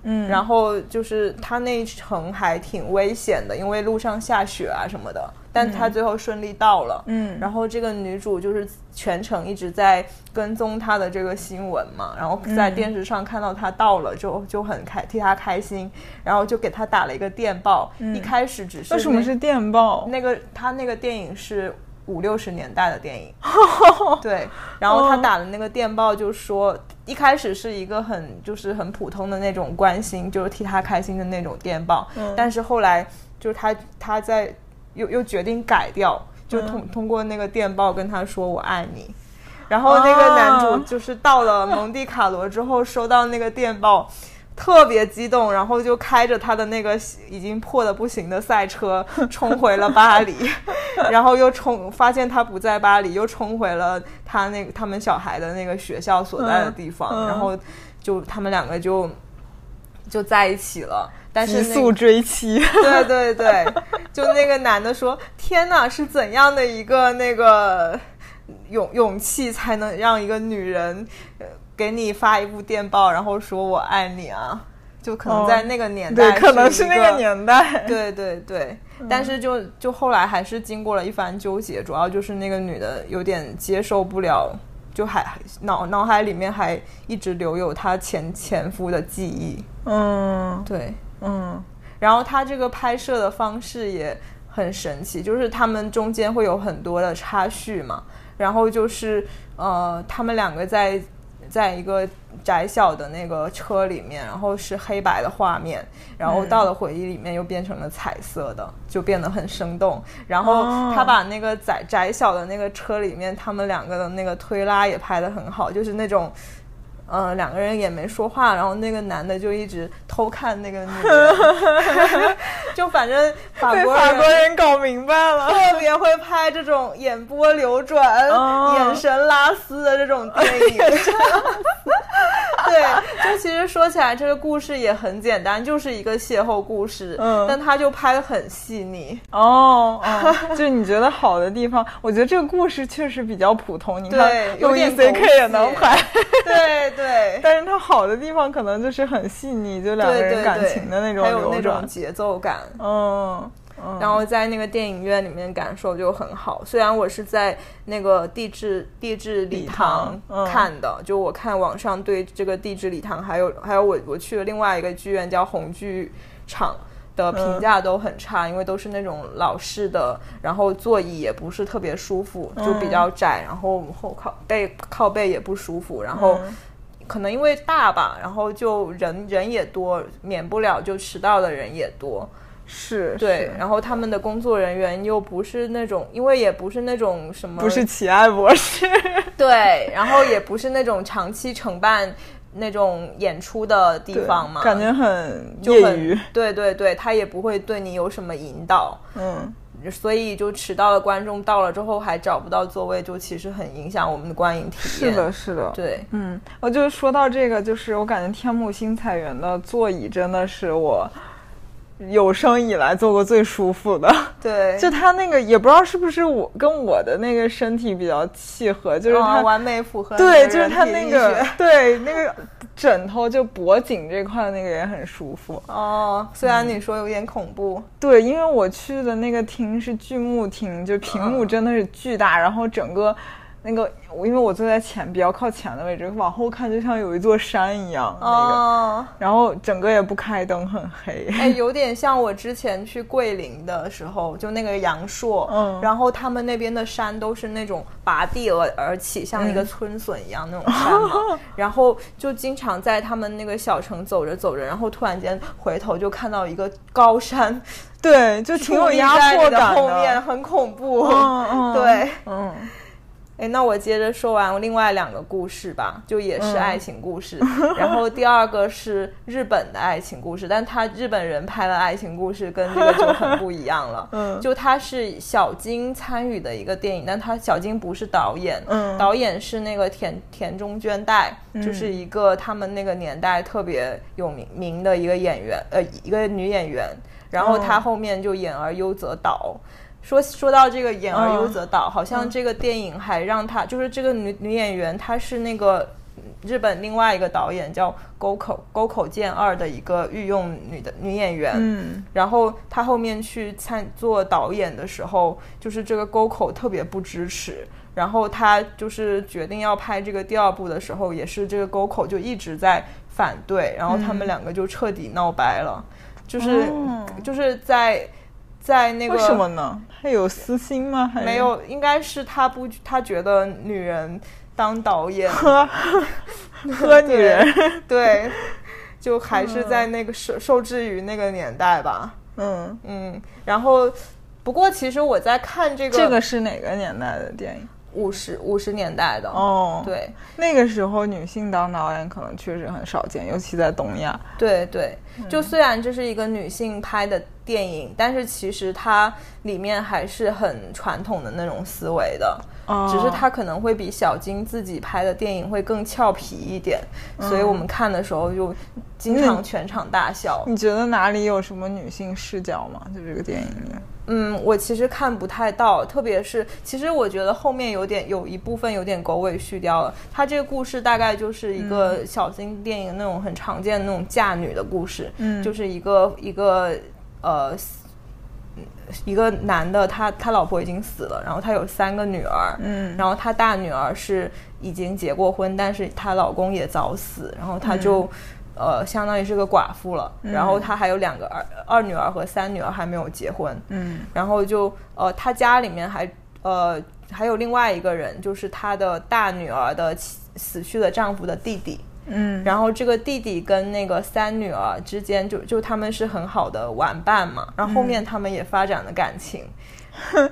嗯，然后就是他那一程还挺危险的，因为路上下雪啊什么的，但他最后顺利到了，嗯然后这个女主就是全程一直在跟踪他的这个新闻嘛，然后嗯在电视上看到他到了就就很开替他开心，然后就给他打了一个电报，嗯一开始只是为什么那是电报？那个他那个电影是五六十年代的电影，对。然后他打的那个电报就说，一开始是一个很就是很普通的那种关心，就是替他开心的那种电报，但是后来就是他他在又又决定改掉，就通、通过那个电报跟他说我爱你。然后那个男主哦就是到了蒙地卡罗之后，收到那个电报，特别激动，然后就开着他的那个已经破的不行的赛车 冲回了巴黎，然后又冲发现他不在巴黎，又冲回了他那个他们小孩的那个学校所在的地方，嗯嗯然后就他们两个就就在一起了。但是急那速追妻， 对对对，就那个男的说：“天哪，是怎样的一个那个勇勇气，才能让一个女人呃给你发一部电报，然后说我爱你啊？”就可能哦在那个年代、对，可能是那个。年代。对对对，但是就就后来还是经过了一番纠结，主要就是那个女的有点接受不了，就还脑脑海里面还一直留有她前前夫的记忆。嗯对，嗯然后它这个拍摄的方式也很神奇，就是他们中间会有很多的插叙嘛，然后就是呃，他们两个在在一个窄小的那个车里面，然后是黑白的画面，然后到了回忆里面又变成了彩色的，就变得很生动。然后哦他把那个窄窄小的那个车里面，他们两个的那个推拉也拍得很好，就是那种。呃，两个人也没说话，然后那个男的就一直偷看那个女的， 就反正法被国法国人人搞明白了。特别会拍这种眼波流转、哦眼神拉丝的这种电 影。对，就其实说起来，这个故事也很简单，就是一个邂逅故事，嗯但他就拍的很细 腻。哦，哦 就是你觉得好的地方，我觉得这个故事确实比较普通。你对看，有路易点 C 狗 K 血也能拍， 对对。但是它好的地方可能就是很细腻，就两个对对人对，感情的那种还有流那种转。节奏感，嗯嗯，然后在那个电影院里面感受就很好。虽然我是在那个地质地质礼堂礼堂嗯看的，就我看网上对这个地质礼堂，还有还有我我去了另外一个剧院叫红剧场。的评价都很差，嗯因为都是那种老式的，然后座椅也不是特别舒服，嗯就比较窄，然后后靠背靠背也不舒服，然后嗯可能因为大吧，然后就人人也多，免不了就迟到的人也多，是对是，然后他们的工作人员又不是那种，因为也不是那种什么，不是奇爱博士。对，然后也不是那种长期承办那种演出的地方嘛，感觉很就业余很。对对对，他也不会对你有什么引导，嗯，所以就迟到的观众到了之后还找不到座位，就其实很影响我们的观影体验。是的，，是的。对，嗯，我就说到这个，就是我感觉天幕新彩园的座椅真的是我有生以来坐过最舒服 的。对，就它那个也不知道是不是我跟我的那个身体比较契合，就是啊它、完美符合对，你的就是它人体那力个学对那个枕头就脖颈这块那个也很舒服。哦，虽然嗯你说有点恐怖，对，因为我去的那个厅是剧目厅，就屏嗯幕真的是巨大，然后整个那个，我因为我坐在前比较靠前的位置，往后看就像有一座山一样那个，哦。然后整个也不开灯，很黑。哎，有点像我之前去桂林的时候，就那个阳朔，嗯然后他们那边的山都是那种拔地而而起，像嗯一个春笋一样那种山嘛。 然后就经常在他们那个小城走着走着，然后突然间回头就看到一个高山， 对，就挺有压迫矗立在感你的后面的。 很恐怖。嗯嗯对，嗯，哎，那我接着说完另外两个故事吧，就也是爱情故事。然后第二个是日本的爱情故事，但他日本人拍的爱情故事跟这个就很不一样了。嗯，就他是小金参与的一个电影，但他小金不是导演，嗯导演是那个田田中绢代，就是一个他们那个年代特别有名名的一个演员，呃，一个女演员。然后她后面就演而优则导。说说到这个演嗯而优则导，好像这个电影还让她就是这个女女演员，她是那个日本另外一个导演叫沟口沟口健二的一个御用女的女演员。嗯，然后她后面去参做导演的时候，就是这个沟口特别不支持。然后她就是决定要拍这个第二部的时候，也是这个沟口就一直在反对，然后他们两个就彻底闹掰了，就是、嗯哦就是在在那个为什么呢？他有私心吗？还是没？有，应该是他不他觉得女人当导演 喝女人， 对，就还是在那个受受制于那个年代吧。嗯，嗯，然后不过其实我在看这个这个是哪个年代的电影？五十五十年代的，哦，，对那个时候女性当导演可能确实很少见，尤其在东亚。对对，就虽然这是一个女性拍的电影，但是其实它里面还是很传统的那种思维的。哦只是它可能会比小金自己拍的电影会更俏皮一点，所以我们看的时候就经常全场大笑。你觉得哪里有什么女性视角吗？就这个电影里面，嗯，我其实看不太到，特别是其实我觉得后面有点有一部分有点狗尾续貂了。它这个故事大概就是一个小金电影那种很常见的那种嫁女的故事，嗯就是一个一个呃一个男的，他他老婆已经死了，然后他有三个女儿，嗯然后他大女儿是已经结过婚，但是她老公也早死，然后她就、嗯呃相当于是个寡妇了，然后她还有两个二二女儿和三女儿还没有结婚，嗯然后就呃，他家里面还呃还有另外一个人，就是他的大女儿的妻死去的丈夫的弟弟。嗯然后这个弟弟跟那个三女儿之间就就他们是很好的玩伴嘛，然后后面他们也发展了感 情。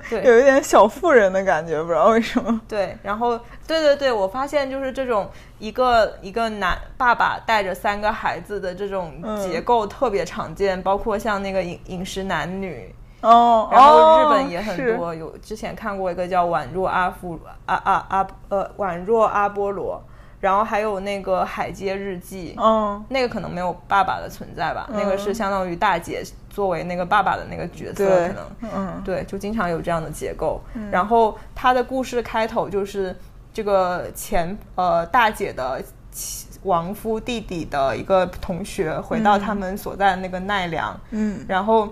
对嗯有一点小妇人的感觉，不知道为什么。对，然后对对对，我发现就是这种一个一个男爸爸带着三个孩子的这种嗯结构特别常见，包括像那个饮饮食男女，哦，然后日哦本也很是多，有之前看过一个叫宛若阿夫阿阿阿呃宛若阿波罗，然后还有那个海街日记，嗯，那个可能没有爸爸的存在吧，那个是相当于大姐作为那个爸爸的那个角色，对可能，嗯对，就经常有这样的结构。然后他的故事开头就是这个前呃大姐的妻亡夫弟弟的一个同学回到他们所在的那个奈良，嗯然后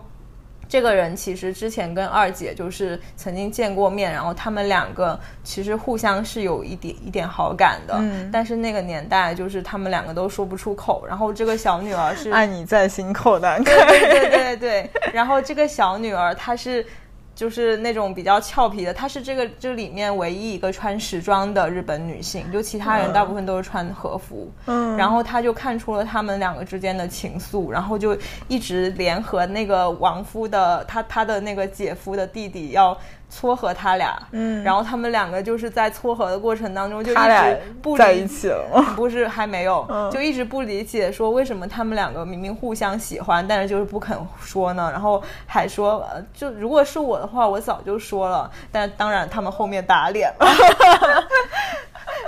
这个人其实之前跟二姐就是曾经见过面，然后他们两个其实互相是有一点一点好感的，嗯但是那个年代就是他们两个都说不出口。然后这个小女儿 是，爱你在心口难开。对对对对，然后这个小女儿她是。就是那种比较俏皮的，她是这个这里面唯一一个穿时装的日本女性，就其他人大部分都是穿和服。嗯，然后他就看出了他们两个之间的情愫，然后就一直联合那个亡夫的他他的那个姐夫的弟弟要撮合他俩，嗯然后他们两个就是在撮合的过程当中就一他俩直不在理一起了吗？不是还没有，嗯就一直不理解说为什么他们两个明明互相喜欢，但是就是不肯说呢？然后还说，呃就如果是我的话，我早就说了，但当然他们后面打脸了。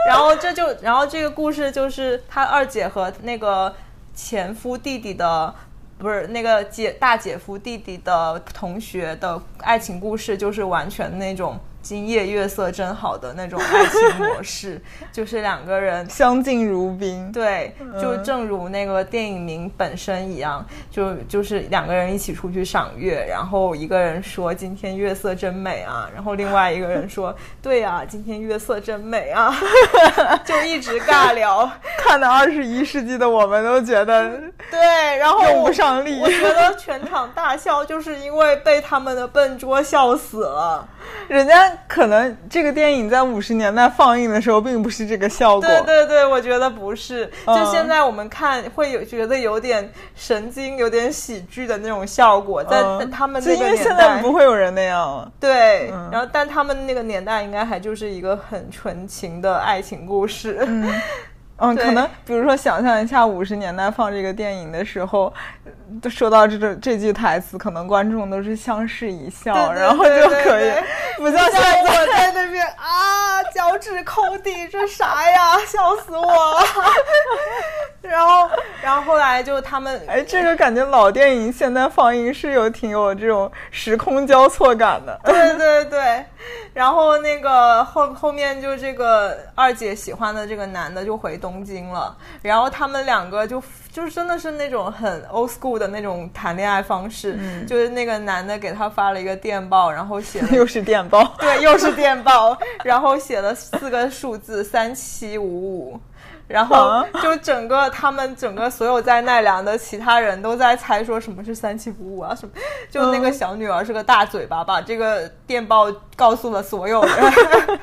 然后这就，然后这个故事就是他二姐和那个前夫弟弟的。不是那个姐大姐夫弟弟的同学的爱情故事，就是完全那种今夜月色真好的那种爱情模式， 就是两个人相敬如宾。对，就嗯正如那个电影名本身一样，就就是两个人一起出去赏月，然后一个人说今天月色真美啊，然后另外一个人说对呀、今天月色真美啊， 就一直 尬聊。看到二十一世纪的我们都觉得对，然后用我不上力。我觉得全场大笑，就是因为被他们的笨拙笑死了。人家可能这个电影在五十年代放映的时候，并不是这个效果。对对对，我觉得不是。就嗯现在我们看会有觉得有点神经、有点喜剧的那种效果，在嗯在他们就那因个为年现代在不会有人那样了。对，嗯然后但他们那个年代应该还就是一个很纯情的爱情故事。嗯，对可能比如说想象一下五十年代放这个电影的时候，都说到这种这句台词，可能观众都是相视一笑，对对然后对就对可以对，不像现在。我在那边 啊，脚趾抠地，这啥呀？ 笑死我 了！然后，然后后来就他们， 哎，这个感觉老电影现在放映是有挺有这种时空交错感的。对对对，然后那个后后面就这个二姐喜欢的这个男的就回东京了，然后他们两个就就是真的是那种很 old school 的那种谈恋爱方式，嗯就是那个男的给他发了一个电报，然后写了 又是电报， 对，又是电报，然后写了四个数字三七五五，然后啊就整个他们整个所有在奈良的其他人都在猜说什么是三七五五啊什么，就那个嗯小女儿是个大嘴巴，把这个电报告诉了所有人，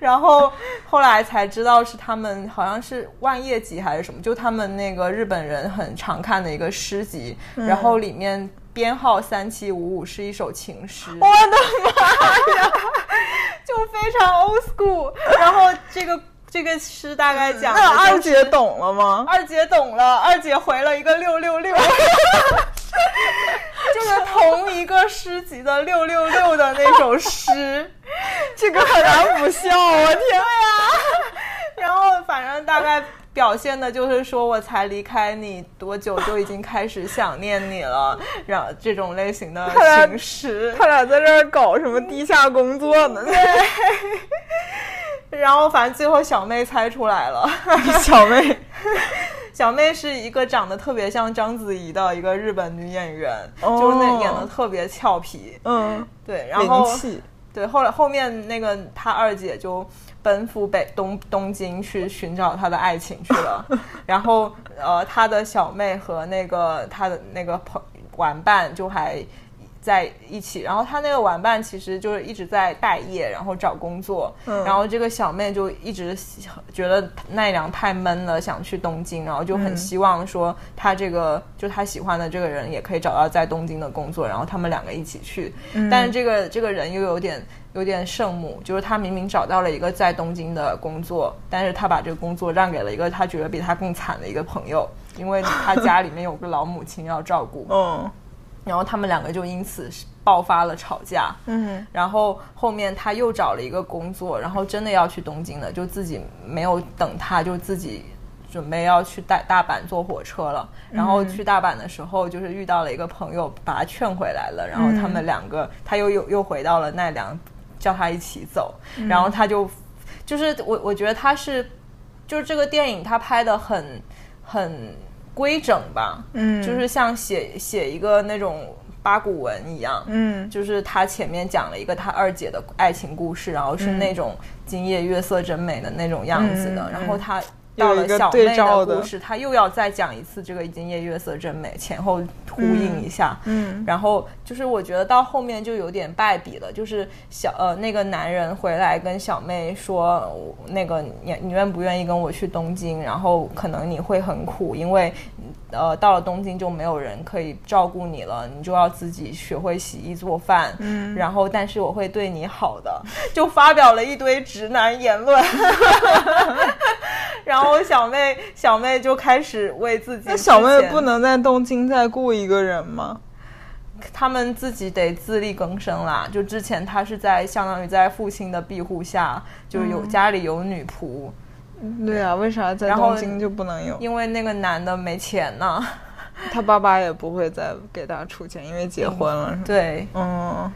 然后后来才知道是他们好像是万叶集还是什么，就他们那个日本人很常看的一个诗集，嗯然后里面。编号三七五五是一首情诗，我的就非常 old school。然后这个这个诗大概讲的嗯那就是二姐懂了吗？二姐懂了，二姐回了一个六六 六，就是同一个诗集的六六六的那首诗。这个很难不笑，我 天呀！然后反正大概表现的就是说我才离开你多久就已经开始想念你了，然后这种类型的俩情诗。他俩在这儿搞什么地下工作 呢？然后反正最后小妹猜出来了。 小妹，小妹是一个长得特别像章子怡的一个日本女演员，哦就是那演的特别俏皮。嗯，对，然后灵气，对后来后面那个她二姐就奔赴北东东京去寻找她的爱情去了，然后呃，她的小妹和那个她的那个朋玩伴就还。在一起，然后她那个玩伴其实就是一直在待业，然后找工作，嗯。然后这个小妹就一直觉得奈良太闷了，想去东京，然后就很希望说她这个、就她喜欢的这个人也可以找到在东京的工作，然后他们两个一起去。但是这个这个人又有点有点圣母，就是他明明找到了一个在东京的工作，但是他把这个工作让给了一个他觉得比他更惨的一个朋友，因为他家里面有个老母亲要照顾嗯然后他们两个就因此是爆发了吵架。嗯，然后后面他又找了一个工作，然后真的要去东京了，就自己没有等他，就自己准备要去大大阪坐火车了。然后去大阪的时候，就是遇到了一个朋友，把他劝回来了。然后他们两个，他又又又回到了奈良，叫他一起走。然后他就，就是我我觉得他是，就是这个电影他拍的很很规整吧，嗯就是像写写一个那种八股文一样，嗯就是他前面讲了一个他二姐的爱情故事，然后是那种今夜月色真美的那种样子的，嗯嗯嗯然后他到了有小一个妹对照的故事，他又要再讲一次这个今夜月色真美，前后呼应一下，嗯然后就是我觉得到后面就有点败笔了，就是小呃那个男人回来跟小妹说，我那个你你愿不愿意跟我去东京？然后可能你会很苦，因为呃到了东京就没有人可以照顾你了，你就要自己学会洗衣做饭。嗯，然后但是我会对你好的，就发表了一堆直男 言论。 然后小妹小妹就开始为自己那小妹之前不能在东京再雇一个人吗？他们自己得自力更生啦。就之前他是在相当于在父亲的庇护下，就有、嗯家里有女仆，对啊，为啥在然后东京就不能有？因为那个男的没钱呐。他爸爸也不会再给他出钱，因为结婚了，是吗？ 对嗯，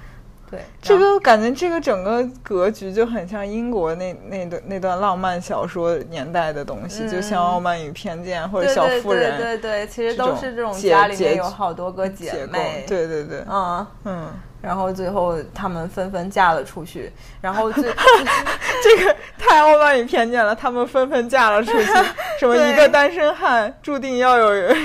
对，这个感觉，这个整个格局就很像英国那那段那段浪漫小说年代的东西，就像《傲慢与偏见》或者《对小对妇人对》对对，其实都是这种这种家里结面结有好多个姐结构妹。，对对对，嗯，嗯然后最后他们纷纷嫁了出去，然 后最这个太傲慢与偏见了，他们纷纷嫁了出 去，什么对一个单身汉注定要有人，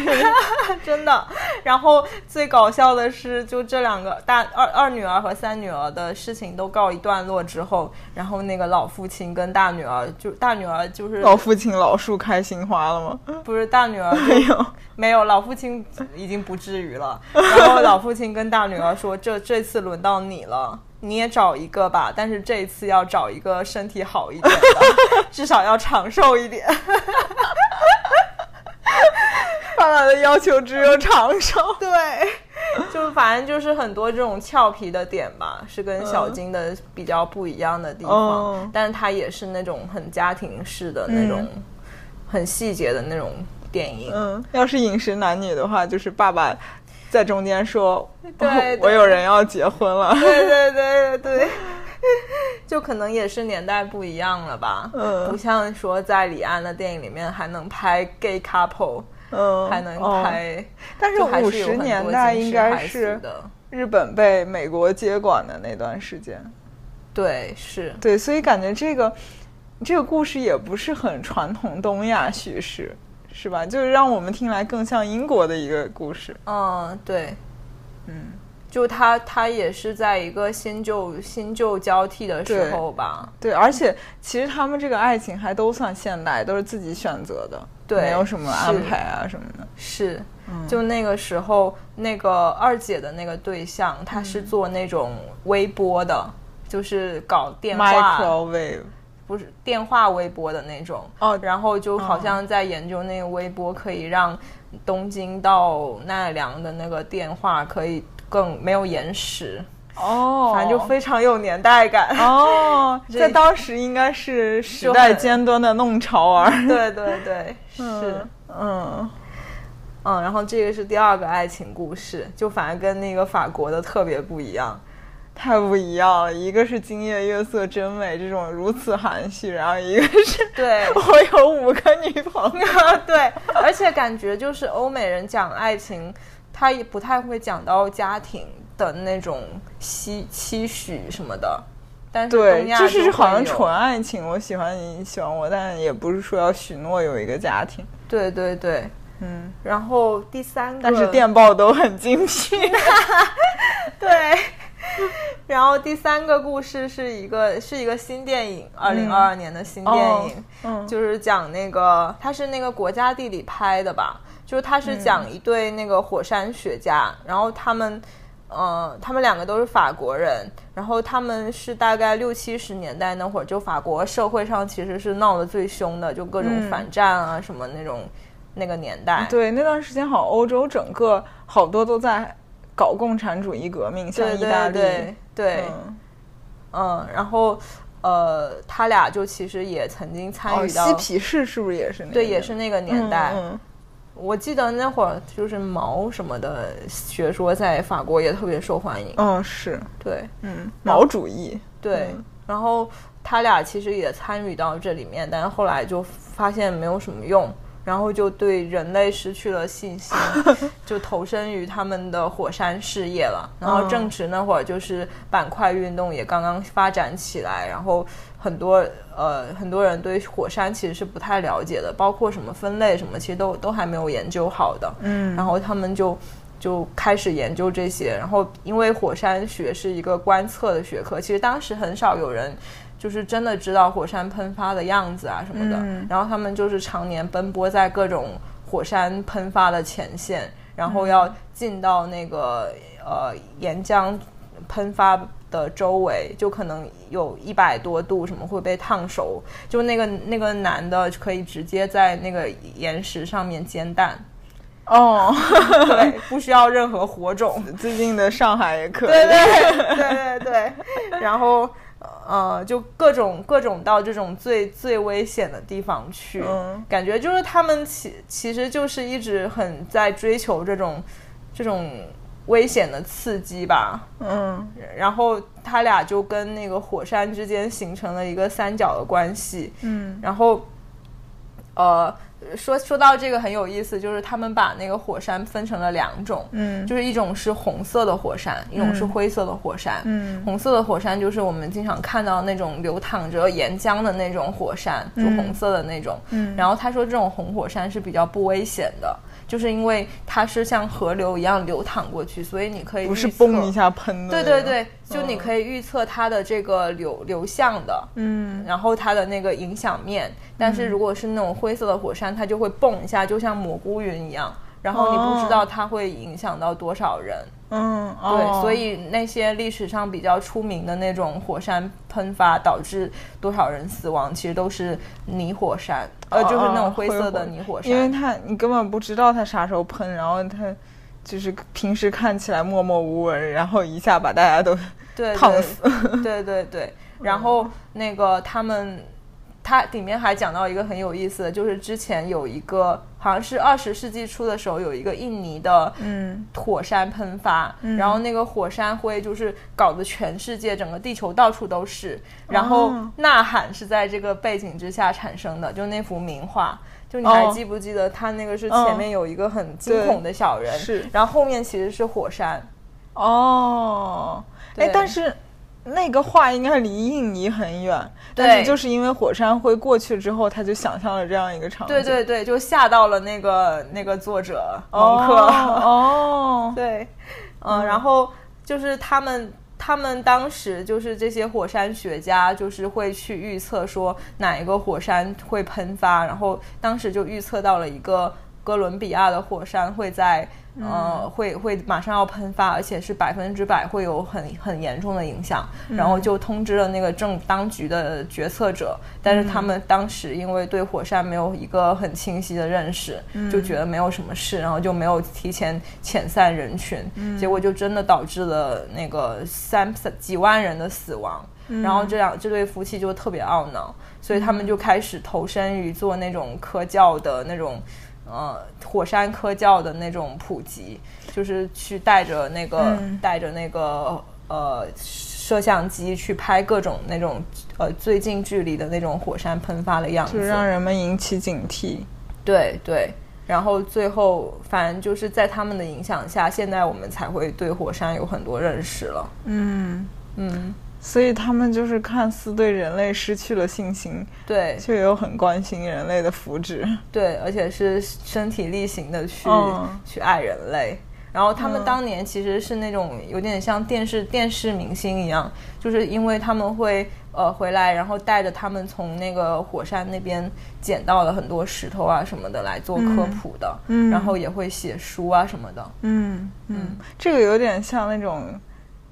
真的。然后最搞笑的是，就这两个大二二女儿和三女儿的事情都告一段落之后，然后那个老父亲跟大女儿，就大女儿就是老父亲老树开心花了吗？不是大女儿就没有，没有，老父亲已经不至于了。然后老父亲跟大女儿说：“这这次轮到你了，你也找一个吧，但是这一次要找一个身体好一点的，至少要长寿一点。爸爸的要求只有长寿。 对，”就反正就是很多这种俏皮的点吧，是跟小金的比较不一样的地方。哦嗯但是他也是那种很家庭式的那种，很细节的那种电影。嗯，要是饮食男女的话，就是爸爸在中间说，对哦 我有人要结婚了。 对对对对对， 就可能也是年代不一样了吧，嗯不像说在李安的电影里面还能拍 gay couple，、嗯，还能哦拍，但是就还五有十很多年代惊应世该骇俗是的，日本被美国接管的那段时间。对，是，对，所以感觉这个这个故事也不是很传统东亚叙事，是吧？就是让我们听来更像英国的一个故事。嗯，对，嗯，就他他也是在一个新旧新旧交替的时对候吧，对，而且其实他们这个爱情还都算现代，都是自己选择的，对没有什么安是排啊什么的。是，嗯就那个时候，那个二姐的那个对象，他是嗯做那种微波的，就是搞电话 Microwave，不是电话微波的那种哦然后就好像在研究那个微波可以让东京到奈良的那个电话可以更没有延时，哦，反正就非常有年代感。哦，这在当时应该是时就代很尖端的弄潮儿。 对对对，是嗯，嗯，嗯，然后这个是第二个爱情故事，就反正跟那个法国的特别不一样。太不一样了。一个是“今夜月色真美”这种如此含蓄，然后一个是，对我有五个女朋友。 对，而且感觉就是欧美人讲爱情，他也不太会讲到家庭的那种期期许什么的。但是对东，亚就是会好像有纯爱情，我喜欢你，你喜欢我，但也不是说要许诺有一个家庭。对对对。嗯，然后第三个，但是电报都很精辟。对。然后第三个故事是一个是一个新电影，二零二二年的新电影，嗯就是讲那个它是那个国家地理拍的吧，就是它是讲一对那个火山学家，嗯然后他们，呃，他们两个都是法国人，然后他们是大概六七十年代那会儿，就法国社会上其实是闹得最凶的，就各种嗯反战啊什么那种、那个年代， 对，那段时间好像欧洲整个好多都在搞共产主义革命，像对意大对利。对对，嗯嗯，然后呃，他俩就其实也曾经参哦，与到，嬉皮士是不是也是那个年代？对，也是那个年代。嗯嗯我记得那会儿就是毛什么的学说在法国也特别受欢迎。嗯，是，对嗯，毛主义，对、嗯然后他俩其实也参与到这里面，但是后来就发现没有什么用。然后就对人类失去了 信心，就投身于他们的火山事业了。然后嗯正值那会儿，就是板块运动也刚刚发展起来，然后很多呃很多人对火山其实是不太了解的，包括什么分类什么，其实都都还没有研究好的。嗯然后他们就就开始研究这些。然后因为火山学是一个观测的学科，其实当时很少有人就是真的知道火山喷发的样子啊什么的。嗯然后他们就是常年奔波在各种火山喷发的前线，然后要嗯进到那个呃岩浆喷发。的周围就可能有一百多度，什么会被烫熟。就那个那个男的可以直接在那个岩石上面煎蛋， 哦，对，不需要任何火种。最近的上海也可以，对对对对对，然后呃，就各种各种到这种最最危险的地方去，嗯感觉就是他们其其实就是一直很在追求这种这种危险的刺激吧。嗯，然后他俩就跟那个火山之间形成了一个三角的关系，嗯然后呃，说说到这个很有意思，就是他们把那个火山分成了两种，嗯就是一种是红色的火山，一种是灰色的火山。嗯红色的火山就是我们经常看到那种流淌着岩浆的那种火山，就红色的那种。嗯然后他说这种红火山是比较不危险的，就是因为它是像河流一样流淌过去，所以你可以嗯不是预测嘣一。下嗯喷的，对对，对，就你可以预测它的这个流流向的，嗯然后它的那个影响面。但是如果是那种灰色的火山，它就会蹦一下，就像蘑菇云一样，然后你不哦知道它会影响到多少人。嗯，对，哦所以那些历史上比较出名的那种火山喷发导致多少人死亡，其实都是泥火山，哦呃，就是那种灰色的泥火因为山。它你根本不知道它啥时候喷，然后它就是平时看起来默默无闻，然后一下把大家都对，烫对死。对对对，然后那个他们，它里面还讲到一个很有意思的，就是之前有一个好像是二十世纪初的时候，有一个印尼的嗯火山喷发，嗯然后那个火山灰就是搞得全世界整个地球到处都是，然后哦《呐喊》是在这个背景之下产生的，就那幅名画。就你还哦记不记得，它那个是嗯前面有一个很惊对恐的小人，是然后后面其实是火山，哦，哎对，但是那个画应该离印尼很远，对但是就是因为火山灰过去之后，他就想象了这样一个场景。对对对，就吓到了那个那个作者哦， 蒙克，哦，对，嗯，然后就是他们。他们当时就是这些火山学家，就是会去预测说哪一个火山会喷发，然后当时就预测到了一个哥伦比亚的火山会在、呃会会马上要喷发，而且是百分之百会有很很严重的影响，然后就通知了那个政当局的决策者，但是他们当时因为对火山没有一个很清晰的认识，就觉得没有什么事，然后就没有提前遣散人群，结果就真的导致了那个三三几万人的死亡。然后这两这对夫妻就特别懊恼，所以他们就开始投身于做那种科教的那种，呃，火山科教的那种普及，就是去带着那个、嗯带着那个呃摄像机去拍各种那种呃最近距离的那种火山喷发的样子，就让人们引起警惕。对对，然后最后反正就是在他们的影响下，现在我们才会对火山有很多认识了。嗯，嗯，所以他们就是看似对人类失去了信心，对却又很关心人类的福祉。对，而且是身体力行的去、嗯去爱人类。然后他们当年其实是那种有点像电视电视明星一样，就是因为他们会呃回来，然后带着他们从那个火山那边捡到了很多石头啊什么的来做科普的，嗯然后也会写书啊什么的。嗯嗯，这个有点像那种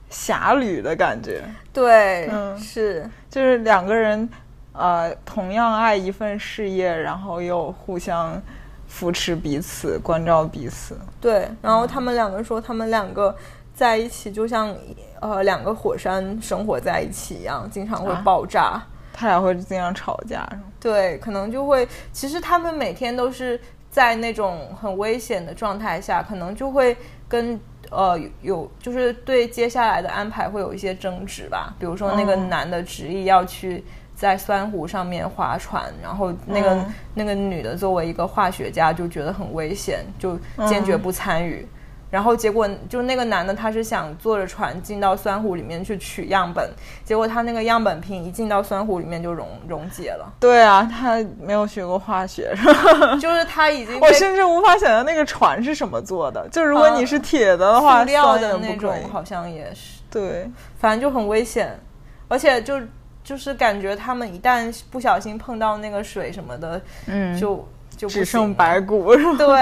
侠侣的感觉。对，嗯是。就是两个人，呃，同样爱一份事业，然后又互相扶持彼此、关照彼此。对，然后他们两个说，他们两个在一起就像呃两个火山生活在一起一样，经常会啊爆炸。他俩会经常吵架，是吗？对，可能就会，其实他们每天都是在那种很危险的状态下，可能就会跟呃有就是对接下来的安排会有一些争执吧。比如说那个哦男的执意要去在酸湖上面划船，然后那个、嗯那个女的作为一个化学家就觉得很危险，就坚决嗯不参与。然后结果就那个男的，他是想坐着船进到酸湖里面去取样本，结果他那个样本瓶一进到酸湖里面就溶溶解了。对啊，他没有学过化学，是吧？ 就是它已经被我甚至无法想象那个船是什么做的。就如果你是铁的的话，塑料酸的也那不种可以，好像也是，对，反正就很危险，而且就就是感觉他们一旦不小心碰到那个水什么的，嗯就就就不只剩行白骨，是吧？ 对，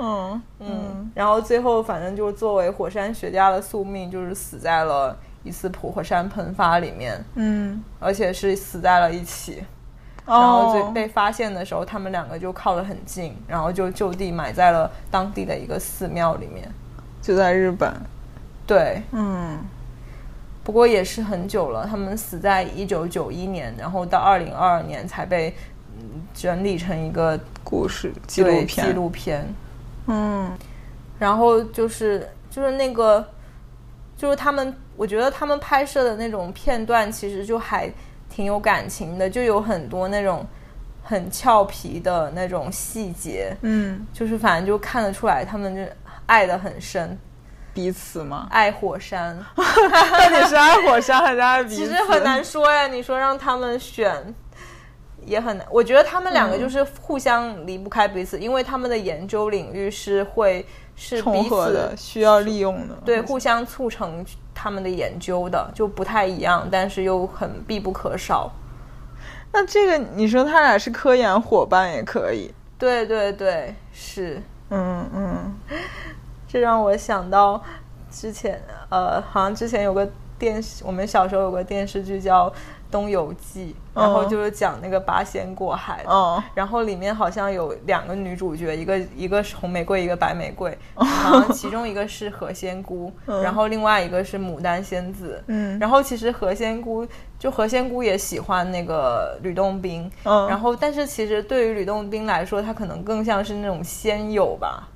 嗯嗯，嗯，然后最后反正就是作为火山学家的宿命，就是死在了一次火火山喷发里面，嗯，而且是死在了一起。然后最哦，被发现的时候，他们两个就靠得很近，然后就就地埋在了当地的一个寺庙里面。就在日本，对，嗯不过也是很久了，他们死在一九九一年，然后到二零二二年才被嗯整理成一个故事纪对录片，纪录片。嗯然后就是就是那个，就是他们，我觉得他们拍摄的那种片段，其实就还挺有感情的，就有很多那种很俏皮的那种细节，嗯，就是反正就看得出来他们这爱得很深，彼此吗？爱火山。到底是爱火山还是爱彼此？ 其实很难说呀，你说让他们选。也很难，我觉得他嗯们两个就是互相离不开彼此，因为他们的研究领域是会是重彼合此的，需要利用的。对，互相促成他们的研究的，就不太一样，但是又很必不可少。那这个你说他俩是科研伙伴也可以。对对对，是。嗯嗯，这让我想到之前，呃，好像之前有个电视，我们小时候有个电视剧叫《东游记》，然后嗯就是讲那个八仙过海的。 哦，然后里面好像有两个女主角，一个一个是红玫瑰，一个白玫瑰，哦好像其中一个是何仙姑，然后另外一个是牡丹仙子。嗯然后其实何仙姑就何仙姑也喜欢那个吕洞宾，嗯然后但是其实对于吕洞宾来说，他可能更像是那种仙友吧，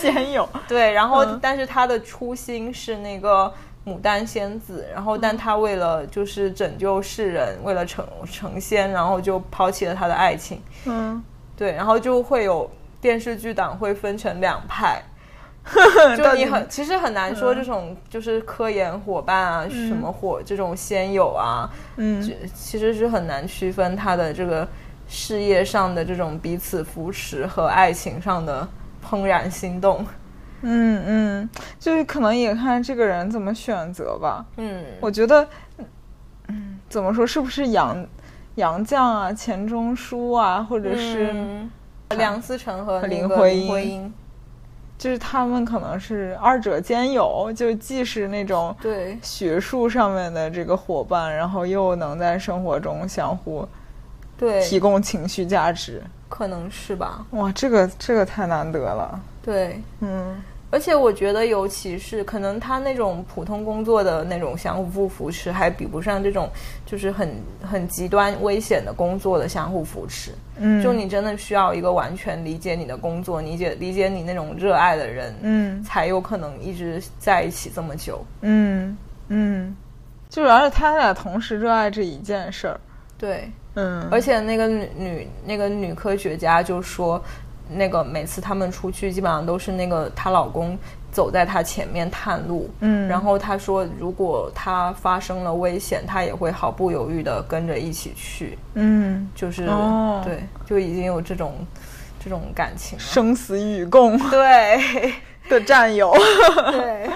先有。对，然后、嗯但是他的初心是那个牡丹仙子，然后嗯但他为了就是拯救世人，为了成成仙，然后就抛弃了他的爱情。嗯，对，然后就会有电视剧党会分成两 派，就到你底嗯很其实很难说这种就是科研伙伴啊，什么伙这种仙友啊，嗯这其实是很难区分他的这个事业上的这种彼此扶持和爱情上的怦然心动。嗯嗯，就是可能也看这个人怎么选择吧。嗯，我觉得，嗯，怎么说，是不是杨杨绛啊、钱钟书啊，或者是、嗯梁思成和和那林个徽林徽因因，就是他们可能是二者兼有，就既是那种对学术上面的这个伙伴，然后又能在生活中相互提对，供情绪价值。可能是吧，哇，这个这个太难得了。对。嗯而且我觉得，尤其是可能他那种普通工作的那种相互扶持，还比不上这种就是很很极端危险的工作的相互扶持。嗯，就你真的需要一个完全理解你的工作，理解理解你那种热爱的人，嗯才有可能一直在一起这么久。嗯嗯，就是而且他俩同时热爱这一件事儿。对，嗯，而且那个女女那个女科学家就说，那个每次他们出去，基本上都是那个她老公走在她前面探路，嗯然后她说，如果她发生了危险，她也会毫不犹豫的跟着一起去，嗯，就是、哦对，就已经有这种这种感情了。生死与共 对的战友。 对，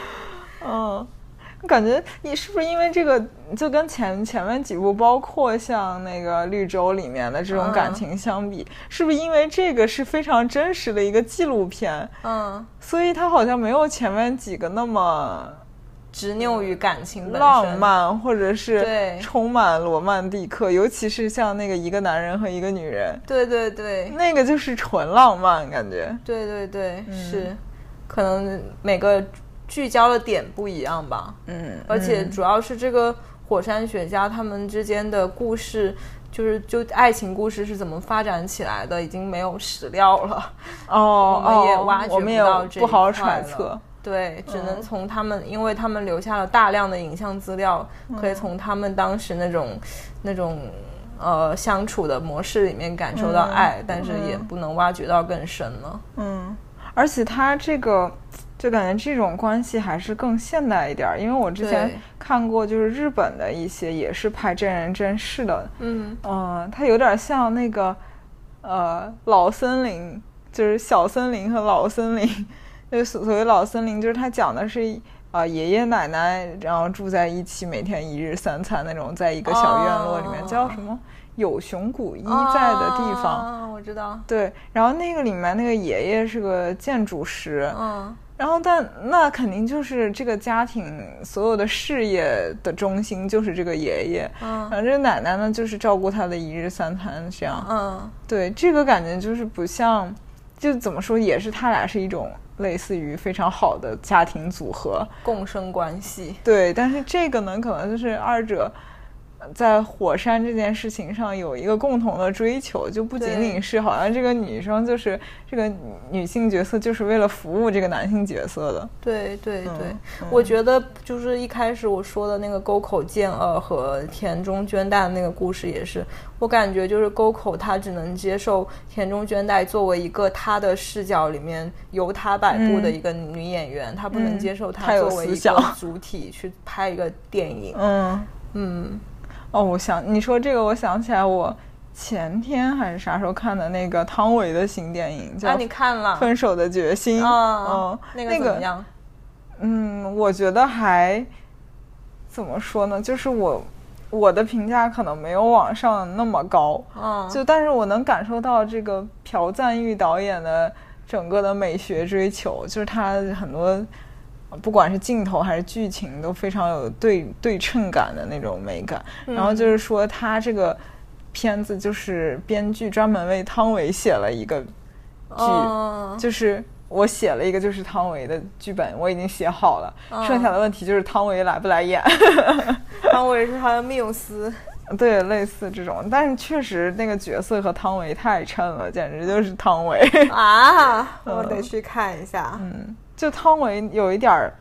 嗯，感觉你是不是因为这个，就跟前前面几部，包括像那个《绿洲》里面的这种感嗯情相比，是不是因为这个是非常真实的一个纪录片，嗯，所以它好像没有前面几个那么执拗于感情本身浪，漫，或者对是充满罗曼蒂克，尤其是像那个一个男人和一个女人，对对对，那个就是纯浪漫感觉。对对对，嗯是，可能每个聚焦的点不一样吧。嗯，而且主要是这个火山学家他们之间的故事，就是就爱情故事是怎么发展起来的，已经没有史料了， 哦，我们也哦挖掘我们不也到这不一好块揣了测。对，只能从他们，因为他们留下了大量的影像资料，可以从他们当时那种那种。呃，相处的模式里面感受到爱，但是也不能挖掘到更深了。嗯，而且他这个就感觉这种关系还是更现代一点儿，因为我之前对看过，就是日本的一些也是拍真人真事的，嗯，嗯，它有点像那个呃老森林，就是小森林和老森林， 就是所所谓老森林，就是它讲的是。啊，爷爷奶奶，然后住在一起，每天一日三餐那种，在一个小院落里面，哦叫什么有熊谷一在的地方，啊，哦我知道。对，然后那个里面那个爷爷是个建筑师，嗯，然后但那肯定就是这个家庭所有的事业的中心就是这个爷爷，嗯然后这个奶奶呢就是照顾他的一日三餐这样，嗯，对，这个感觉就是不像，就怎么说也是他俩是一种类似于非常好的家庭组合，共生关系。对，但是这个呢可能就是二者。在火山这件事情上有一个共同的追求，就不仅仅是好像这个女生就是这个女性角色就是为了服务这个男性角色的。对对对，嗯我觉得就是一开始我说的那个沟口健二和田中绢代的那个故事也是，我感觉就是沟口他只能接受田中绢代作为一个他的视角里面由他摆布的一个女演员，他不能接受嗯她她有作为思一个想主体去拍一个电影。嗯，嗯，哦，我想你说这个，我想起来我前天还是啥时候看的那个汤唯的新电影那、叫啊你《看了？分手的决心》。啊嗯，，那个怎么样？嗯，我觉得还怎么说呢？就是我我的评价可能没有网上那么高，嗯，就但是我能感受到这个朴赞玉导演的整个的美学追求，就是他很多不管是镜头还是剧情都非常有对对称感的那种美感。然后就是说他这个片子就是编剧专门为汤唯写了一个剧，嗯就是我写了一个就是汤唯的剧本，我已经写好了，剩下的问题就是汤唯来不来演，汤唯是他的缪斯。对，类似这种。但是确实那个角色和汤唯太衬了，简直就是汤唯。 啊，嗯我得去看一下。就汤唯有一点儿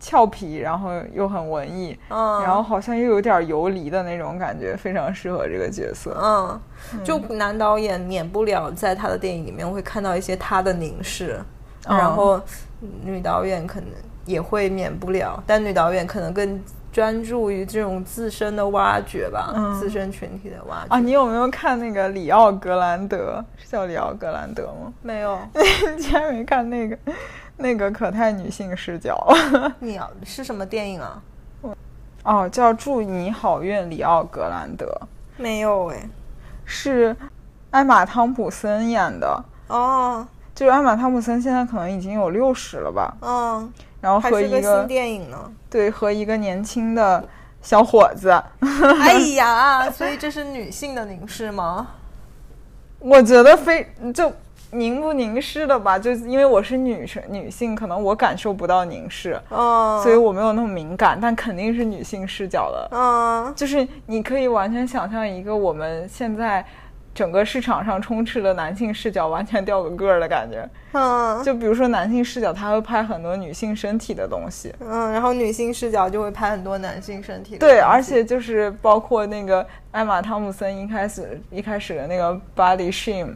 俏皮，然后又很文艺，嗯，然后好像又有点儿游离的那种感觉，非常适合这个角色。嗯，就男导演免不了在他的电影里面会看到一些他的凝视，嗯然后女导演可能也会免不了，但女导演可能更专注于这种自身的挖掘吧，嗯自身群体的挖掘。啊，你有没有看那个里奥格兰德？是叫里奥格兰德吗？ 没有，你竟然没看那个，那个可太女性视角 了。你要是什么电影啊？哦，叫《祝你好运，里奥格兰德》，没有哎。是艾玛·汤普森演的。哦，就是艾玛·汤普森现在可能已经有六十了吧，嗯，然后还和是一个个新电 影呢。对和一个年轻的小伙子，哎呀，所以这是女性的凝视吗？我觉得非就凝不凝视的吧，就因为我是女生女性，可能我感受不到凝视，嗯，所以我没有那么敏感，但肯定是女性视角的嗯就是你可以完全想象一个我们现在整个市场上充斥的男性视角完全掉个个儿的感觉。嗯，就比如说男性视角，他会拍很多女性身体的东西，嗯，然后女性视角就会拍很多男性身体的东西。对，而且就是包括那个艾玛汤姆森一开始一开始的那个 body shame，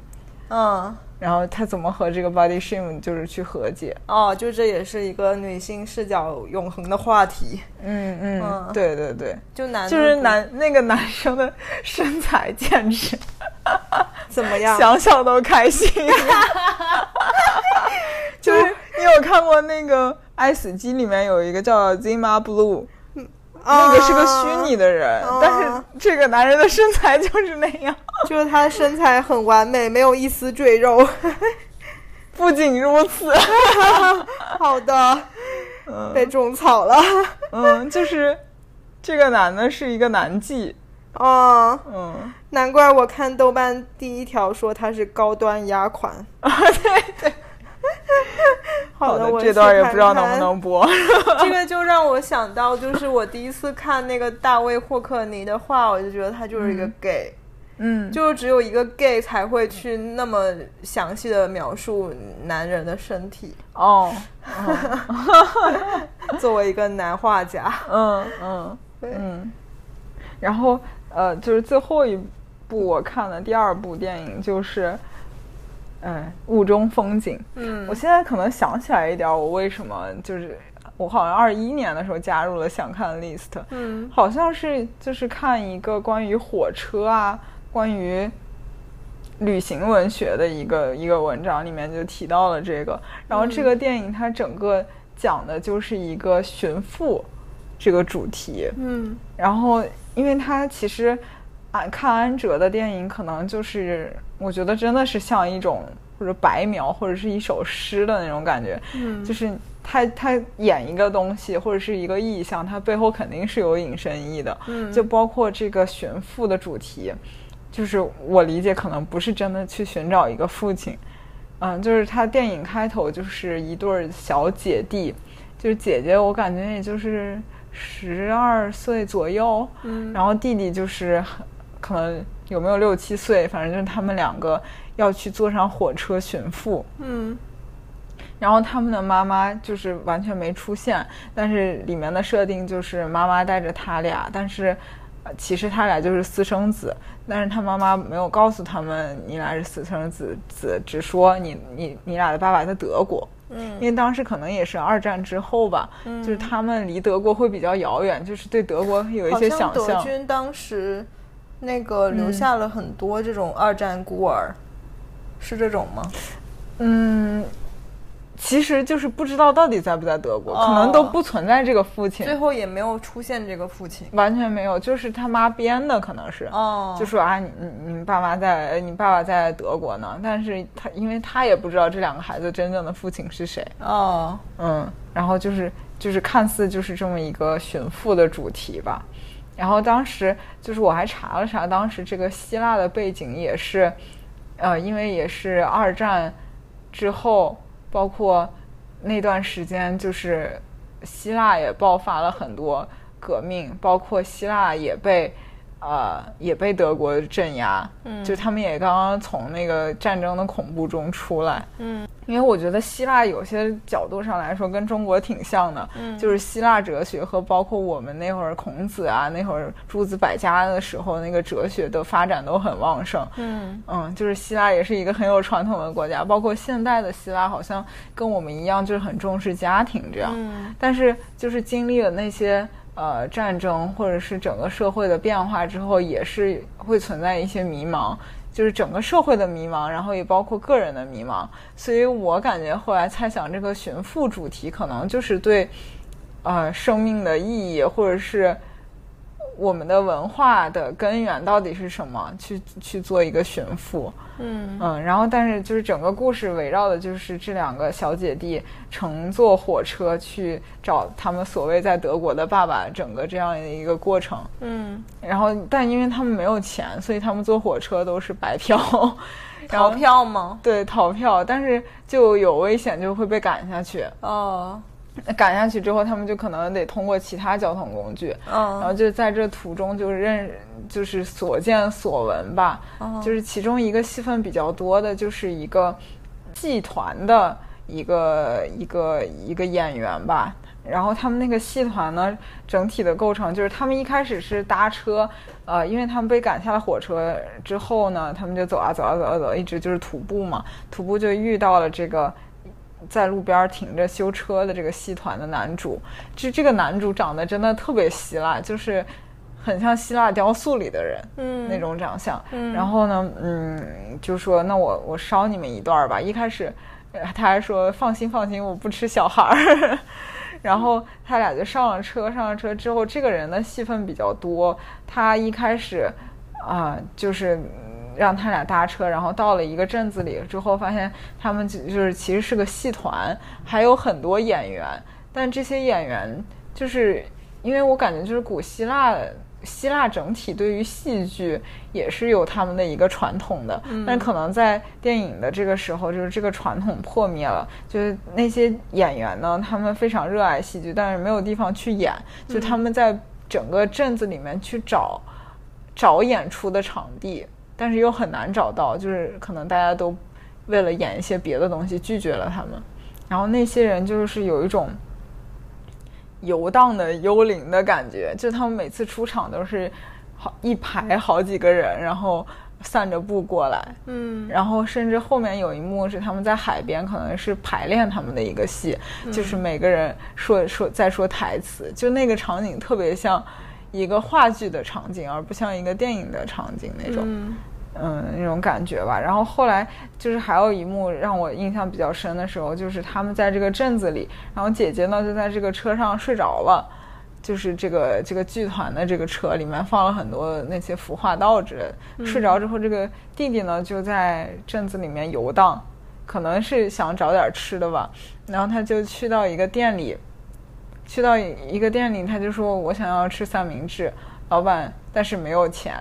嗯，然后他怎么和这个 body shame 就是去和解？哦，就这也是一个女性视角永恒的话题。嗯嗯，嗯对对对，就男的就是不男那个男生的身材简直怎么样？想想都开心。 就是你有看过那个《爱死机》里面有一个叫 Zima Blue，、那啊个是个虚拟的，的人，啊但是这个男人的身材就是那样，就是她身材很完美，没有一丝赘肉。不仅如此，好的，被种草了。 嗯，就是这个男的是一个男妓，哦，嗯，难怪我看豆瓣第一条说他是高端压 款。 好的的，我这段去也看不知道能看不能播。 这个就让我想到，就是我第一次看那个大卫霍克尼的画，我就觉得他就是一个 gay。嗯， 就只有一个 gay 才会去那么详细的描述男人的身 体。哦，作为一个男画家，嗯嗯对嗯，然后呃，就是最后一部我看的第二部电影就是，嗯、雾中风景》。嗯我现在可能想起来一点儿，我为什么就是我好像二一年的时候加入了想看 list，嗯好像是就是看一个关于火车啊，关于旅行文学的一个一个文章里面就提到了这个。然后嗯这个电影它整个讲的就是一个寻父这个主题。嗯然后，因为它其实啊，看安哲的电影，可能就是我觉得真的是像一种或者白描或者是一首诗的那种感觉。嗯就是他他演一个东西或者是一个意象，它背后肯定是有引申意的。嗯就包括这个寻父的主题，就是我理解可能不是真的去寻找一个父亲，嗯，就是他电影开头就是一对儿小姐弟，就是姐姐，我感觉也就是十二岁左右，嗯然后弟弟就是可能有没有六七岁，反正就是他们两个要去坐上火车寻父，嗯然后他们的妈妈就是完全没出现，但是里面的设定就是妈妈带着他俩，但是呃其实他俩就是私生子，但是他妈妈没有告诉他们你俩是私生子，子只说你你你俩的爸爸在德国。嗯因为当时可能也是二战之后吧，就是他们离德国会比较遥远，就是对德国有一好些像想德象。军当时那个留下了很多这种二战孤儿，是这种吗？嗯，其实就是不知道到底在不在德国，哦可能都不存在这个父亲最，后也没有出现这个父亲。完全没有，就是他妈编的，可能是。哦，就说啊，你你你爸妈在，哎你爸爸在德国呢，但是他因为他也不知道这两个孩子真正的父亲是谁，哦，嗯，然后就是就是看似就是这么一个寻父的主题吧。然后当时就是我还查了查，当时这个希腊的背景也是，呃，因为也是二战之后，包括那段时间，就是希腊也爆发了很多革命，包括希腊也被呃也被德国镇压，嗯，就他们也刚刚从那个战争的恐怖中出来，因为我觉得希腊有些角度上来说跟中国挺像的，就是希腊哲学和包括我们那会儿孔子啊，那会儿诸子百家的时候，那个哲学的发展都很旺盛。嗯嗯，就是希腊也是一个很有传统的国家，包括现代的希腊好像跟我们一样，就是很重视家庭这样。嗯但是就是经历了那些呃战争或者是整个社会的变化之后，也是会存在一些迷茫，就是整个社会的迷茫，然后也包括个人的迷茫。所以我感觉后来猜想，这个寻父主题可能就是对呃生命的意义，或者是。我们的文化的根源到底是什么？去去做一个寻父，嗯嗯，然后但是就是整个故事围绕的就是这两个小姐弟乘坐火车去找他们所谓在德国的爸爸，整个这样的一个过程。嗯，然后，但因为他们没有钱，所以他们坐火车都是白票， 然后逃票吗？对逃票，但是就有危险，就会被赶下去。 哦，赶下去之后，他们就可能得通过其他交通工具。然嗯后就在这途中就认，就是所见所闻吧，就是其中一个戏份比较多的，就是一个戏团的一个一个一个演员吧。然后他们那个戏团呢，整体的构成就是他们一开始是搭车，呃，因为他们被赶下了火车之后呢，他们就走啊走啊走啊走，一直就是徒步嘛，徒步就遇到了这个在路边停着修车的这个戏团的男主，这这个男主长得真的特别希腊，就是很像希腊雕塑里的人，嗯那种长相。嗯然后呢，嗯，就说那我我捎你们一段儿吧。一开始呃他还说放心放心，我不吃小孩儿。 然后他俩就上了车，上了车之后，这个人的戏份比较多。他一开始啊、就是嗯让他俩搭车，然后到了一个镇子里之后，发现他们就就是其实是个戏团，还有很多演员，但这些演员就是因为我感觉就是古希腊。希腊整体对于戏剧也是有他们的一个传统的，但可能在电影的这个时候，就是这个传统破灭了。就是那些演员呢，他们非常热爱戏剧，但是没有地方去演，就他们在整个镇子里面去找找演出的场地，但是又很难找到，就是可能大家都为了演一些别的东西拒绝了他们。然后那些人就是有一种游荡的幽灵的感觉，就他们每次出场都是好一排好几个人，然后散着步过来，嗯然后甚至后面有一幕是他们在海边，可能是排练他们的一个戏，就是每个人说说在说台词，就那个场景特别像一个话剧的场景，而不像一个电影的场景那种。嗯嗯那种感觉吧。然后后来就是还有一幕让我印象比较深的时候，就是他们在这个镇子里，然后姐姐呢就在这个车上睡着了。就是这个这个剧团的这个车里面放了很多那些服化道之类的。睡着之后，这个弟弟呢就在镇子里面游荡，可能是想找点吃的吧。然后他就去到一个店里，去到一个店里，他就说 我想要吃三明治，老板但是没有钱，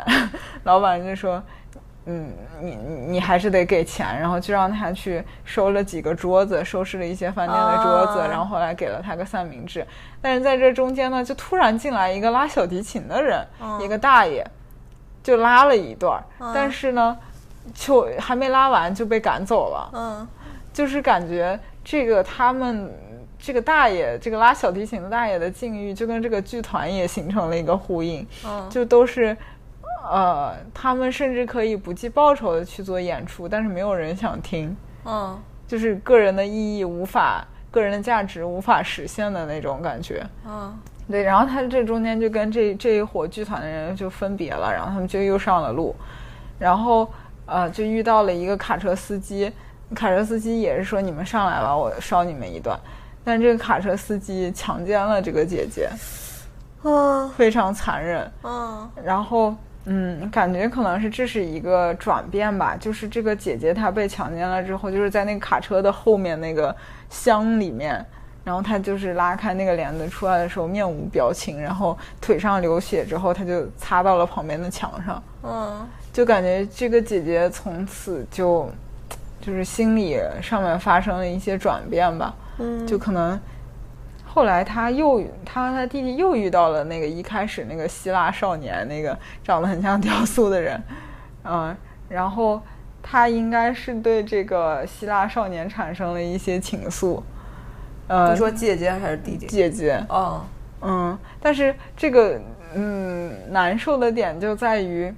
老板就说嗯，你你你还是得给钱，然后就让他去收了几个桌子，收拾了一些饭店的桌子，啊然后后来给了他个三明治。但是在这中间呢，就突然进来一个拉小提琴的人，一个大爷，就拉了一段儿，但是呢，就还没拉完就被赶走了。嗯，就是感觉这个他们这个大爷，这个拉小提琴的大爷的境遇，就跟这个剧团也形成了一个呼应，嗯就都是。呃，他们甚至可以不计报酬的去做演出，但是没有人想听，嗯就是个人的意义无法、个人的价值无法实现的那种感觉。嗯对，然后他这中间就跟这这一伙剧团的人就分别了，然后他们就又上了路，然后呃就遇到了一个卡车司机，卡车司机也是说你们上来吧，我捎你们一段，但这个卡车司机强奸了这个姐姐，嗯非常残忍，嗯然后。嗯，感觉可能是这是一个转变吧，就是这个姐姐她被强奸了之后，就是在那个卡车的后面那个箱里面，然后她就是拉开那个帘子出来的时候面无表情，然后腿上流血之后，她就擦到了旁边的墙上，嗯就感觉这个姐姐从此就就是心理上面发生了一些转变吧，嗯就可能后来他又他和他弟弟又遇到了那个一开始那个希腊少年，那个长得很像雕塑的人，嗯，然后他应该是对这个希腊少年产生了一些情愫，呃你，说姐姐还是弟弟？姐姐，哦，嗯，但是这个嗯难受的点就在于，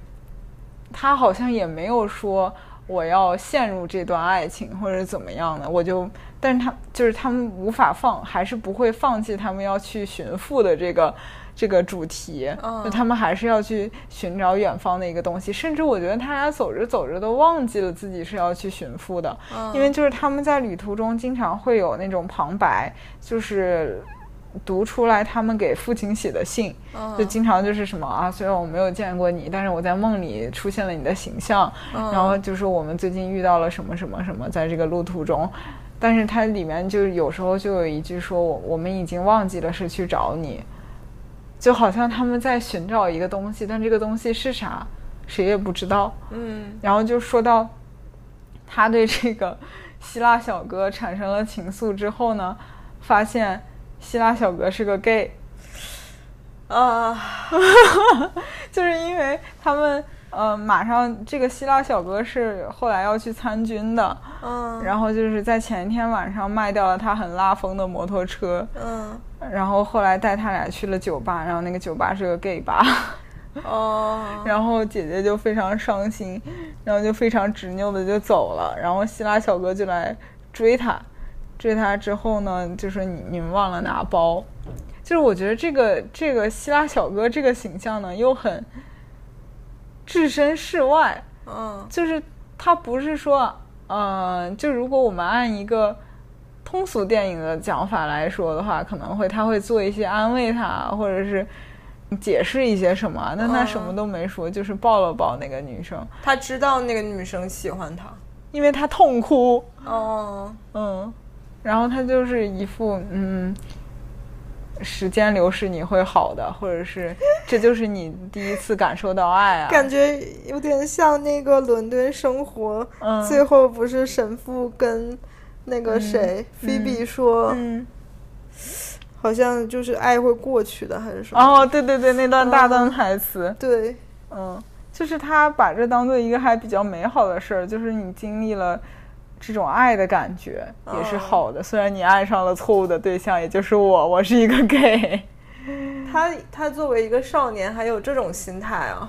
他好像也没有说我要陷入这段爱情或者怎么样的，我就，但是他就是他们无法放，还是不会放弃他们要去寻父的这个这个主题，就他们还是要去寻找远方的一个东西，甚至我觉得他俩走着走着都忘记了自己是要去寻父的，因为就是他们在旅途中经常会有那种旁白，就是。读出来他们给父亲写的信，就经常就是什么啊，虽然我没有见过你，但是我在梦里出现了你的形象，然后就是我们最近遇到了什么什么什么，在这个路途中，但是它里面就有时候就有一句说，我我们已经忘记了是去找你，就好像他们在寻找一个东西，但这个东西是啥，谁也不知道。嗯然后就说到他对这个希腊小哥产生了情愫之后呢，发现希腊小哥是个 gay， 啊，就是因为他们呃马上这个希腊小哥是后来要去参军的，嗯然后就是在前一天晚上卖掉了他很拉风的摩托车，嗯然后后来带他俩去了酒吧，然后那个酒吧是个 gay 吧。哦，然后姐姐就非常伤心，然后就非常执拗的就走了。然后希拉小哥就来追她，追她之后呢，就说你你们忘了拿包。就是我觉得这个这个希拉小哥这个形象呢，又很置身事外，嗯就是他不是说，呃，就如果我们按一个通俗电影的讲法来说的话，可能会他会做一些安慰他，或者是解释一些什么，但哦他什么都没说，就是抱了抱那个女生，他知道那个女生喜欢他。因为他痛哭，哦，嗯，然后他就是一副嗯。时间流逝你会好的，或者是这就是你第一次感受到爱啊，感觉有点像那个《伦敦生活》嗯最后不是神父跟那个谁菲比说，嗯，好像就是爱会过去的，还是什么？哦，对对对，那段嗯大段台词，对，嗯，就是他把这当做一个还比较美好的事儿，就是你经历了这种爱的感觉也是好的。虽然你爱上了错误的对象，也就是我，我是一个 gay。他他作为一个少年，还有这种心态啊，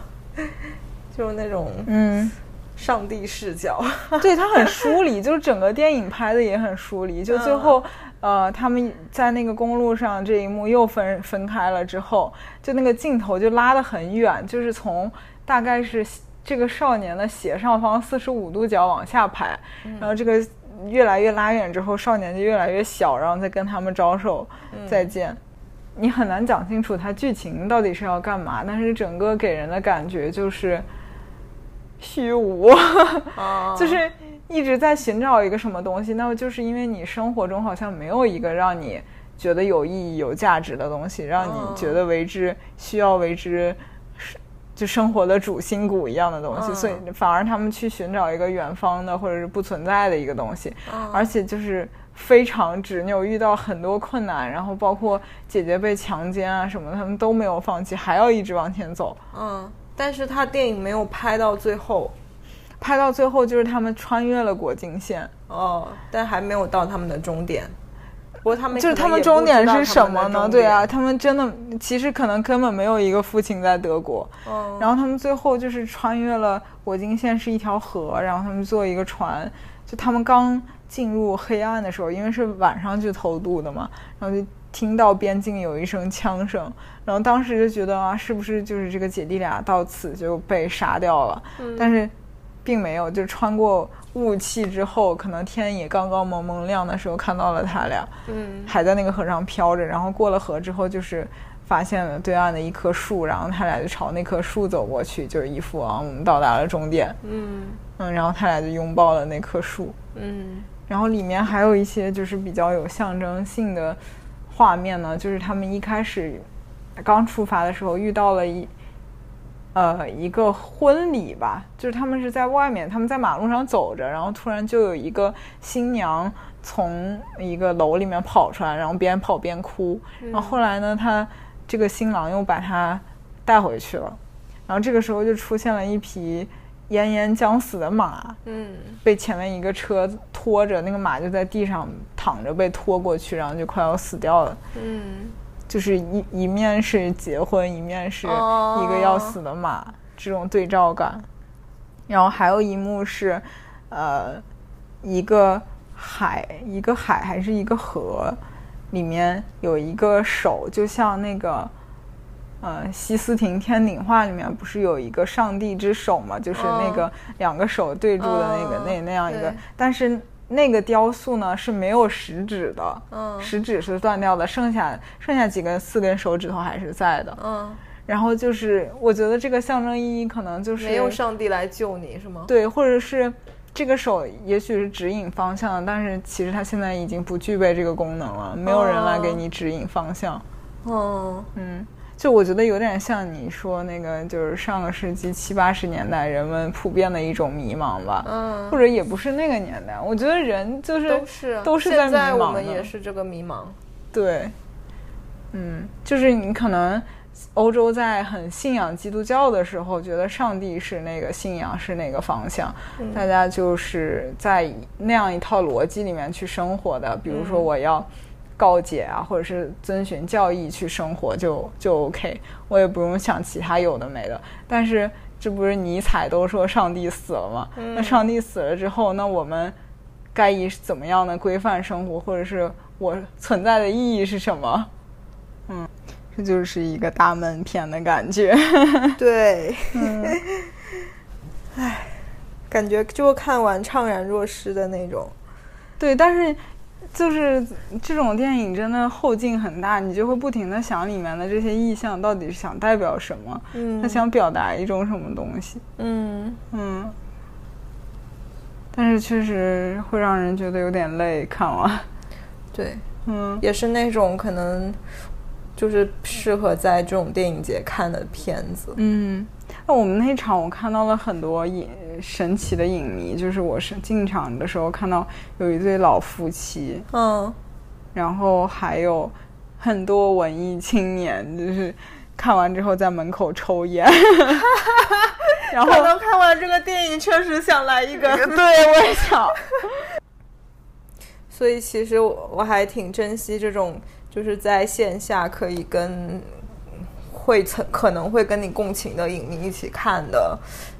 就是那种嗯，上帝视角。 对他很疏离，就是整个电影拍的也很疏离。就最后，呃，他们在那个公路上这一幕又分分开了之后，就那个镜头就拉得很远，就是从大概是这个少年的斜上方四十五度角往下拍，然后这个越来越拉远之后，少年就越来越小，然后再跟他们招手再见。你很难讲清楚它剧情到底是要干嘛，但是整个给人的感觉就是虚无。哦就是一直在寻找一个什么东西，那么就是因为你生活中好像没有一个让你觉得有意义、有价值的东西，让你觉得为之需要为之是就生活的主心骨一样的东西，嗯所以反而他们去寻找一个远方的或者是不存在的一个东西，嗯而且就是非常执拗，遇到很多困难，然后包括姐姐被强奸啊什么的，他们都没有放弃，还要一直往前走。嗯，但是他电影没有拍到最后，拍到最后就是他们穿越了国境线，哦，但还没有到他们的终点。不过他们就是可他能们也终不知道点他们是的什么呢？终对点啊，，他们真的其实可能根本没有一个父亲在德国，嗯然后他们最后就是穿越了国境线，是一条河，然后他们坐一个船，就他们刚进入黑暗的时候，因为是晚上去偷渡的嘛，然后就听到边境有一声枪声，然后当时就觉得啊，是不是就是这个姐弟俩到此就被杀掉了？但是并没有，就穿过雾气之后，可能天也刚刚蒙蒙亮的时候看到了他俩，嗯还在那个河上飘着，然后过了河之后就是发现了对岸的一棵树，然后他俩就朝那棵树走过去，就是一副啊我们到达了终点，嗯嗯，然后他俩就拥抱了那棵树，嗯然后里面还有一些就是比较有象征性的画面呢，就是他们一开始刚出发的时候遇到了一呃一个婚礼吧，就是他们是在外面，他们在马路上走着，然后突然就有一个新娘从一个楼里面跑出来，然后边跑边哭，然后后来呢，他这个新郎又把她带回去了，然后这个时候就出现了一匹奄奄将死的马，嗯被前面一个车拖着，那个马就在地上躺着被拖过去，然后就快要死掉了。嗯，就是一一面是结婚，一面是哦一个要死的马，这种对照感。然后还有一幕是，呃，一个海，一个海还是一个河，里面有一个手，就像那个。呃，西斯廷天顶画里面不是有一个上帝之手嘛，就是那个两个手对住的那个、哦那那样一个对，但是那个雕塑呢是没有食指的，嗯食指是断掉的，剩下剩下几根四根手指头还是在的。嗯，然后就是我觉得这个象征意义可能就是没有上帝来救你是吗？对，或者是这个手也许是指引方向的，但是其实它现在已经不具备这个功能了，没有人来给哦你指引方向。嗯嗯，就我觉得有点像你说那个，就是上个世纪七八十年代人们普遍的一种迷茫吧，嗯或者也不是那个年代。我觉得人就是都是都是现在在迷我茫们的也是这个迷茫。对，嗯，就是你可能欧洲在很信仰基督教的时候，觉得上帝是那个信仰是那个方向，大家就是在那样一套逻辑里面去生活的。比如说，我要告解啊，或者是遵循教义去生活就就 OK，我也不用想其他有的没的。但是这不是尼采都说上帝死了吗？那上帝死了之后，那我们该以怎么样的规范生活，或者是我存在的意义是什么？嗯，这就是一个大闷片的感觉。 对，唉， 感觉就看完怅然若失的那种。对，但是就是这种电影真的后劲很大，你就会不停的想里面的这些意象到底是想代表什么，他嗯想表达一种什么东西，嗯，嗯。但是确实会让人觉得有点累，看完，对，嗯，也是那种可能就是适合在这种电影节看的片子。嗯，那我们那场我看到了很多影神奇的影迷，就是我是进场的时候看到有一对老夫妻，嗯然后还有很多文艺青年，就是看完之后在门口抽烟， 然后可能看完这个电影，确实想来一根。对我也想，所以其实我我还挺珍惜这种，就是在线下可以跟会曾可能会跟你共情的影迷一起看的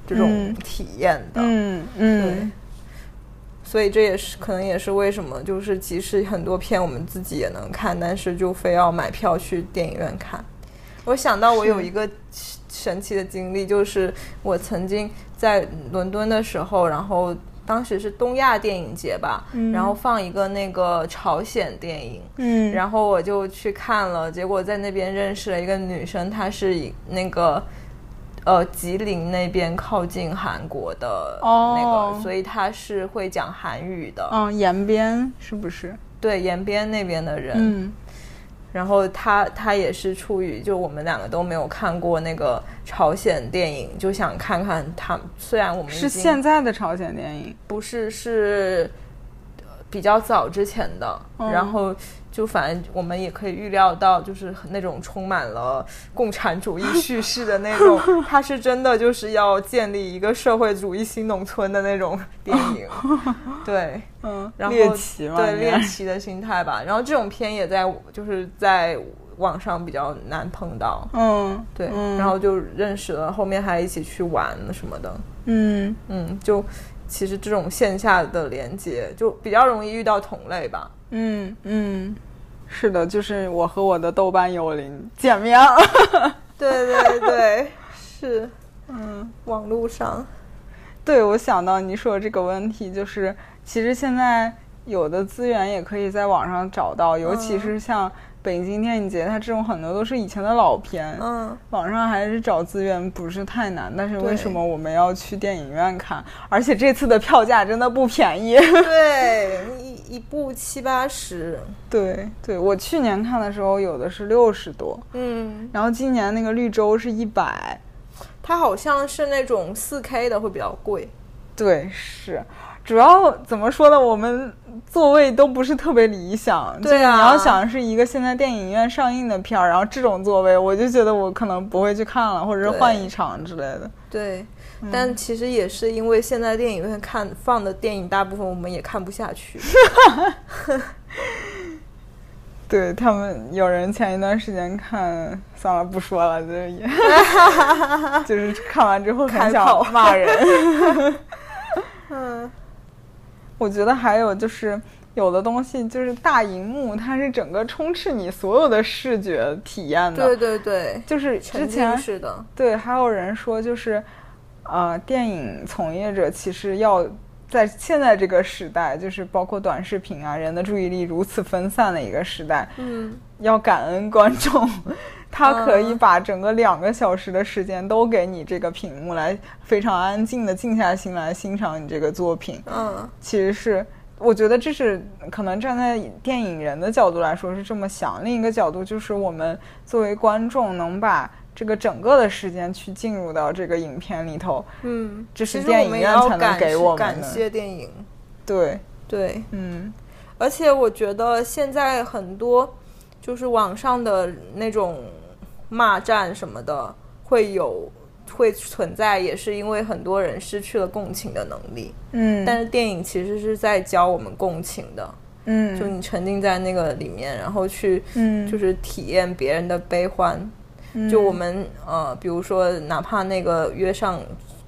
这种嗯体验的。嗯嗯，所以这也是可能也是为什么，就是即使很多片我们自己也能看，但是就非要买票去电影院看。我想到我有一个神奇的经历，就是我曾经在伦敦的时候，然后当时是东亚电影节吧，然后放一个那个朝鲜电影，嗯然后我就去看了，结果在那边认识了一个女生，她是以那个呃吉林那边靠近韩国的那个，哦所以她是会讲韩语的，嗯，延边是不是？对延边那边的人。嗯然后他他也是出于就我们两个都没有看过那个朝鲜电影，就想看看他。虽然我们已是经现在的朝鲜电影，不是是呃比较早之前的，嗯然后就反正我们也可以预料到，就是那种充满了共产主义叙事的那种， 它是真的就是要建立一个社会主义新农村的那种电 影，对。嗯，然后猎奇嘛，对应猎该奇的心态吧。然后这种片也在就是在网上比较难碰到，嗯，对，嗯然后就认识了，后面还一起去玩什么的，嗯嗯，就其实这种线下的连接就比较容易遇到同类吧。嗯嗯，是的，就是我和我的豆瓣幽灵见面了。对对对，是， 嗯，网络上，对，我想到你说这个问题，就是其实现在有的资源也可以在网上找到，尤其嗯是像北京电影节，它这种很多都是以前的老片，嗯，网上还是找资源不是太难。但是为对什么我们要去电影院看？而且这次的票价真的不便宜。 对，一一部七八十，对，对我去年看的时候，有的是六十多，嗯，然后今年那个绿洲是一百。它好像是那种四 K 的会比较贵，对，是，主要怎么说呢？我们座位都不是特别理想。对就是你啊要想是一个现在电影院上映的片儿，然后这种座位，我就觉得我可能不会去看了，或者是对换一场之类的。对，但其实也是因为现在电影院看放的电影，大部分我们也看不下去。对他们，有人前一段时间看，算了，不说了，就是也， 就是看完之后很开炮想骂人。 嗯，我觉得还有就是，有的东西就是大荧幕，它是整个充斥你所有的视觉体验的。 对对对，就是之沉前浸式的，对，还有人说就是，呃，电影从业者其实要在现在这个时代，就是包括短视频啊，人的注意力如此分散的一个时代，嗯，要感恩观众，他可以嗯把整个两个小时的时间都给你这个屏幕来，非常安静的静下心来欣赏你这个作品。嗯，其实是，我觉得这是可能站在电影人的角度来说是这么想，另一个角度就是我们作为观众能把这个整个的时间去进入到这个影片里头，嗯，这其是实电我影们院要才能感给我们感的。谢电影，对，对，嗯而且我觉得现在很多就是网上的那种骂战什么的会有会存在，也是因为很多人失去了共情的能力。嗯，但是电影其实是在教我们共情的，就嗯你沉浸在那个里面，然后去嗯，就是体验别人的悲欢。嗯就我们呃，比如说哪怕那个约上。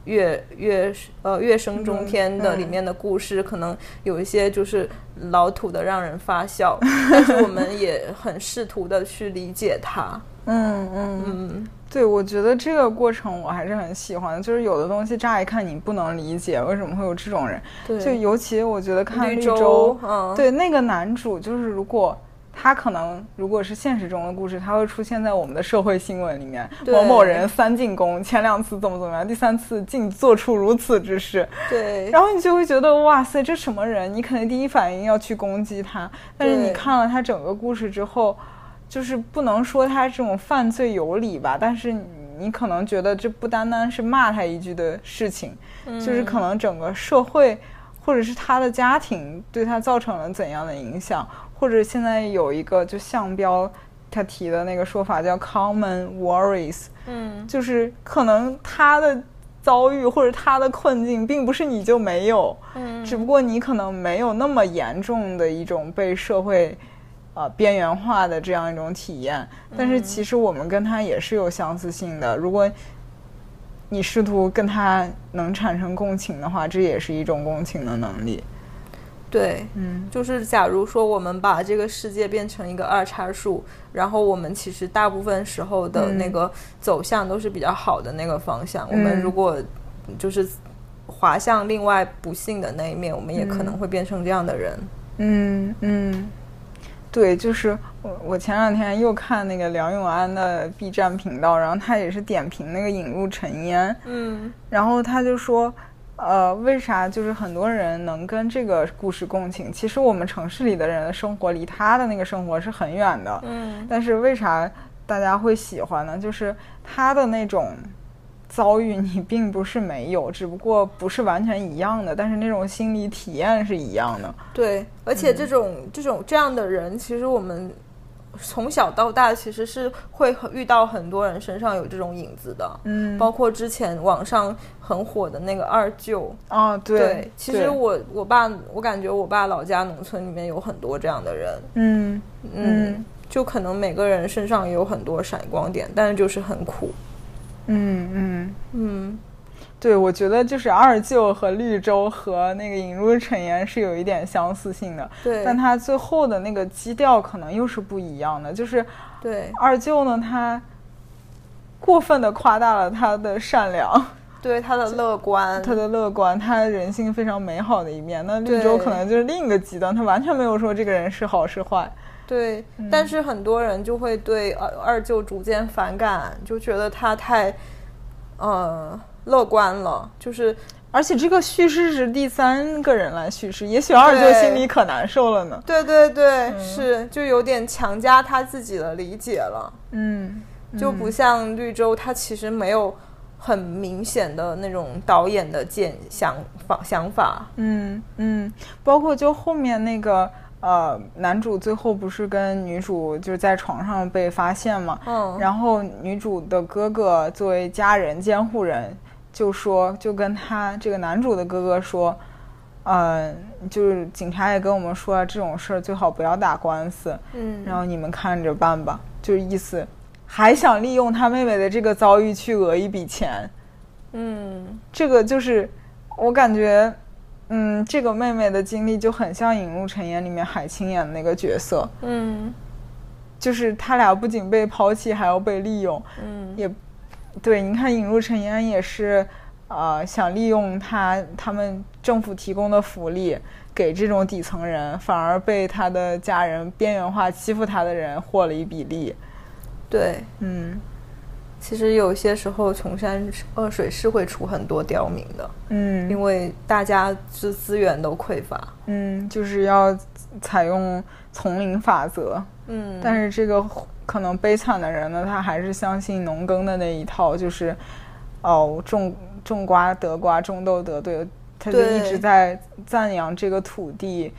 月月呃月升中天的嗯里面的故事，可能有一些就是老土的让人发笑， 但是我们也很试图的去理解它。嗯嗯嗯，对，我觉得这个过程我还是很喜欢的，就是有的东西乍一看你不能理解为什么会有这种人，对，就尤其我觉得看绿绿洲洲，嗯对那个男主，就是如果他可能如果是现实中的故事，他会出现在我们的社会新闻里面，对某某人三进宫，前两次怎么怎么样，第三次竟做出如此之事，对然后你就会觉得哇塞，这什么人？你可能第一反应要去攻击他，但是对你看了他整个故事之后，就是不能说他这种犯罪有理吧，但是你你可能觉得这不单单是骂他一句的事情，嗯就是可能整个社会或者是他的家庭对他造成了怎样的影响，或者现在有一个就项标。他提的那个说法叫 “common worries”，嗯，就是可能他的遭遇或者他的困境，并不是你就没有，嗯，只不过你可能没有那么严重的一种被社会。呃，边缘化的这样一种体验，但是其实我们跟他也是有相似性的。如果你试图跟他能产生共情的话，这也是一种共情的能力。对，嗯就是假如说我们把这个世界变成一个二叉树，然后我们其实大部分时候的嗯那个走向都是比较好的那个方向。我嗯们如果就是滑向另外不幸的那一面，我们也可能会变成这样的人。嗯嗯，对，就是我我前两天又看那个梁永安的 B 站频道，然后他也是点评那个引入尘烟，嗯然后他就说，呃，为啥就是很多人能跟这个故事共情？其实我们城市里的人的生活离他的那个生活是很远的，嗯但是为啥大家会喜欢呢？就是他的那种遭遇，你并不是没有，只不过不是完全一样的，但是那种心理体验是一样的。对，而且嗯这种、这种这样的人，其实我们从小到大其实是会很遇到很多人身上有这种影子的，嗯，包括之前网上很火的那个二舅。啊，对，其实我我爸，我感觉我爸老家农村里面有很多这样的人，嗯嗯，就可能每个人身上有很多闪光点，但是就是很苦，嗯嗯，嗯，对，我觉得就是二舅和绿洲和那个引入陈岩是有一点相似性的，对但他最后的那个基调可能又是不一样的，就是对二舅呢，他过分的夸大了他的善良。对，他的乐观， 他的乐观，他人性非常美好的一面。那绿对洲可能就是另一个极端，他完全没有说这个人是好是坏。对，嗯但是很多人就会对二二舅逐渐反感，就觉得他太，呃，乐观了，就是而且这个叙事是第三个人来叙事，也许二舅对心里可难受了呢。对对对，嗯是就有点强加他自己的理解了，嗯，就不像绿洲，他其实没有很明显的那种导演的见想法想法，嗯嗯，包括就后面那个呃，男主最后不是跟女主就是在床上被发现嘛，嗯然后女主的哥哥作为家人监护人，就说就跟他这个男主的哥哥说，嗯、就是警察也跟我们说这种事儿最好不要打官司，嗯然后你们看着办吧，就是意思还想利用他妹妹的这个遭遇去讹一笔钱，嗯，这个就是我感觉，嗯，这个妹妹的经历就很像《引入尘烟》里面海清演的那个角色，嗯就是他俩不仅被抛弃，还要被利用，嗯，也对。你看《引入尘烟》也是，呃，想利用他他们政府提供的福利给这种底层人，反而被他的家人边缘化、欺负他的人获了一笔利。对，嗯其实有些时候穷山恶水是会出很多刁民的，嗯因为大家资资源都匮乏，嗯，就是要采用丛林法则。嗯，但是这个可能悲惨的人呢，他还是相信农耕的那一套，就是哦，种种瓜得瓜，种豆得豆，他就对一直在赞扬这个土地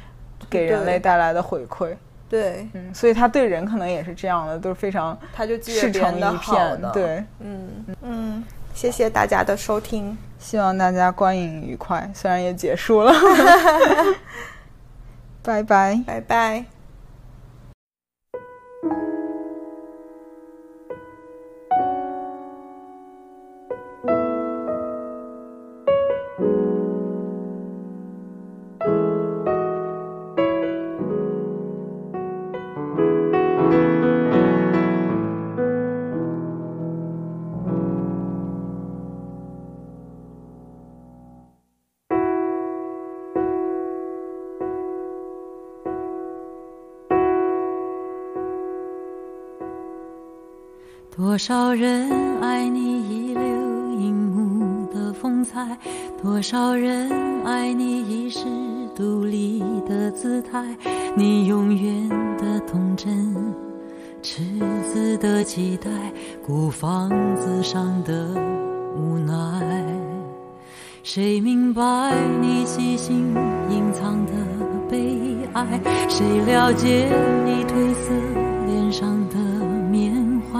给人类对带来的回馈。对，嗯，所以他对人可能也是这样的，都是非常他就记赤着别诚人的一好片的，。对，嗯嗯，谢谢大家的收听，希望大家观影愉快，虽然也结束 了，拜拜。拜拜。多少人爱你遗留银幕的风采，多少人爱你一世独立的姿态，你永远的童真，赤子的期待，孤芳自赏的无奈。谁明白你细心隐藏的悲哀？谁了解你褪色脸上的缅怀？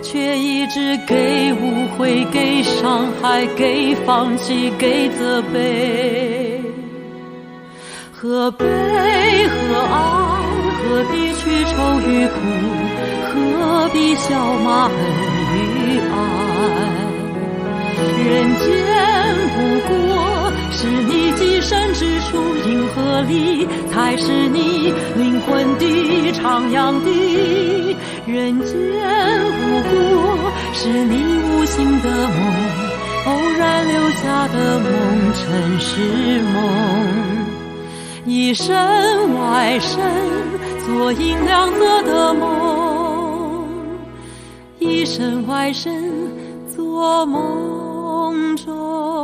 却一直给误会、给伤害、给放弃、给责备。何悲何哀？何必去愁与苦？何必笑骂恨与爱？人间不过是你寄身之处，银河里才是你灵魂的徜徉地。人间无过是你无心的梦，偶然留下的梦，尘世梦。以身外身，做银两色的梦，一身外身，做梦中。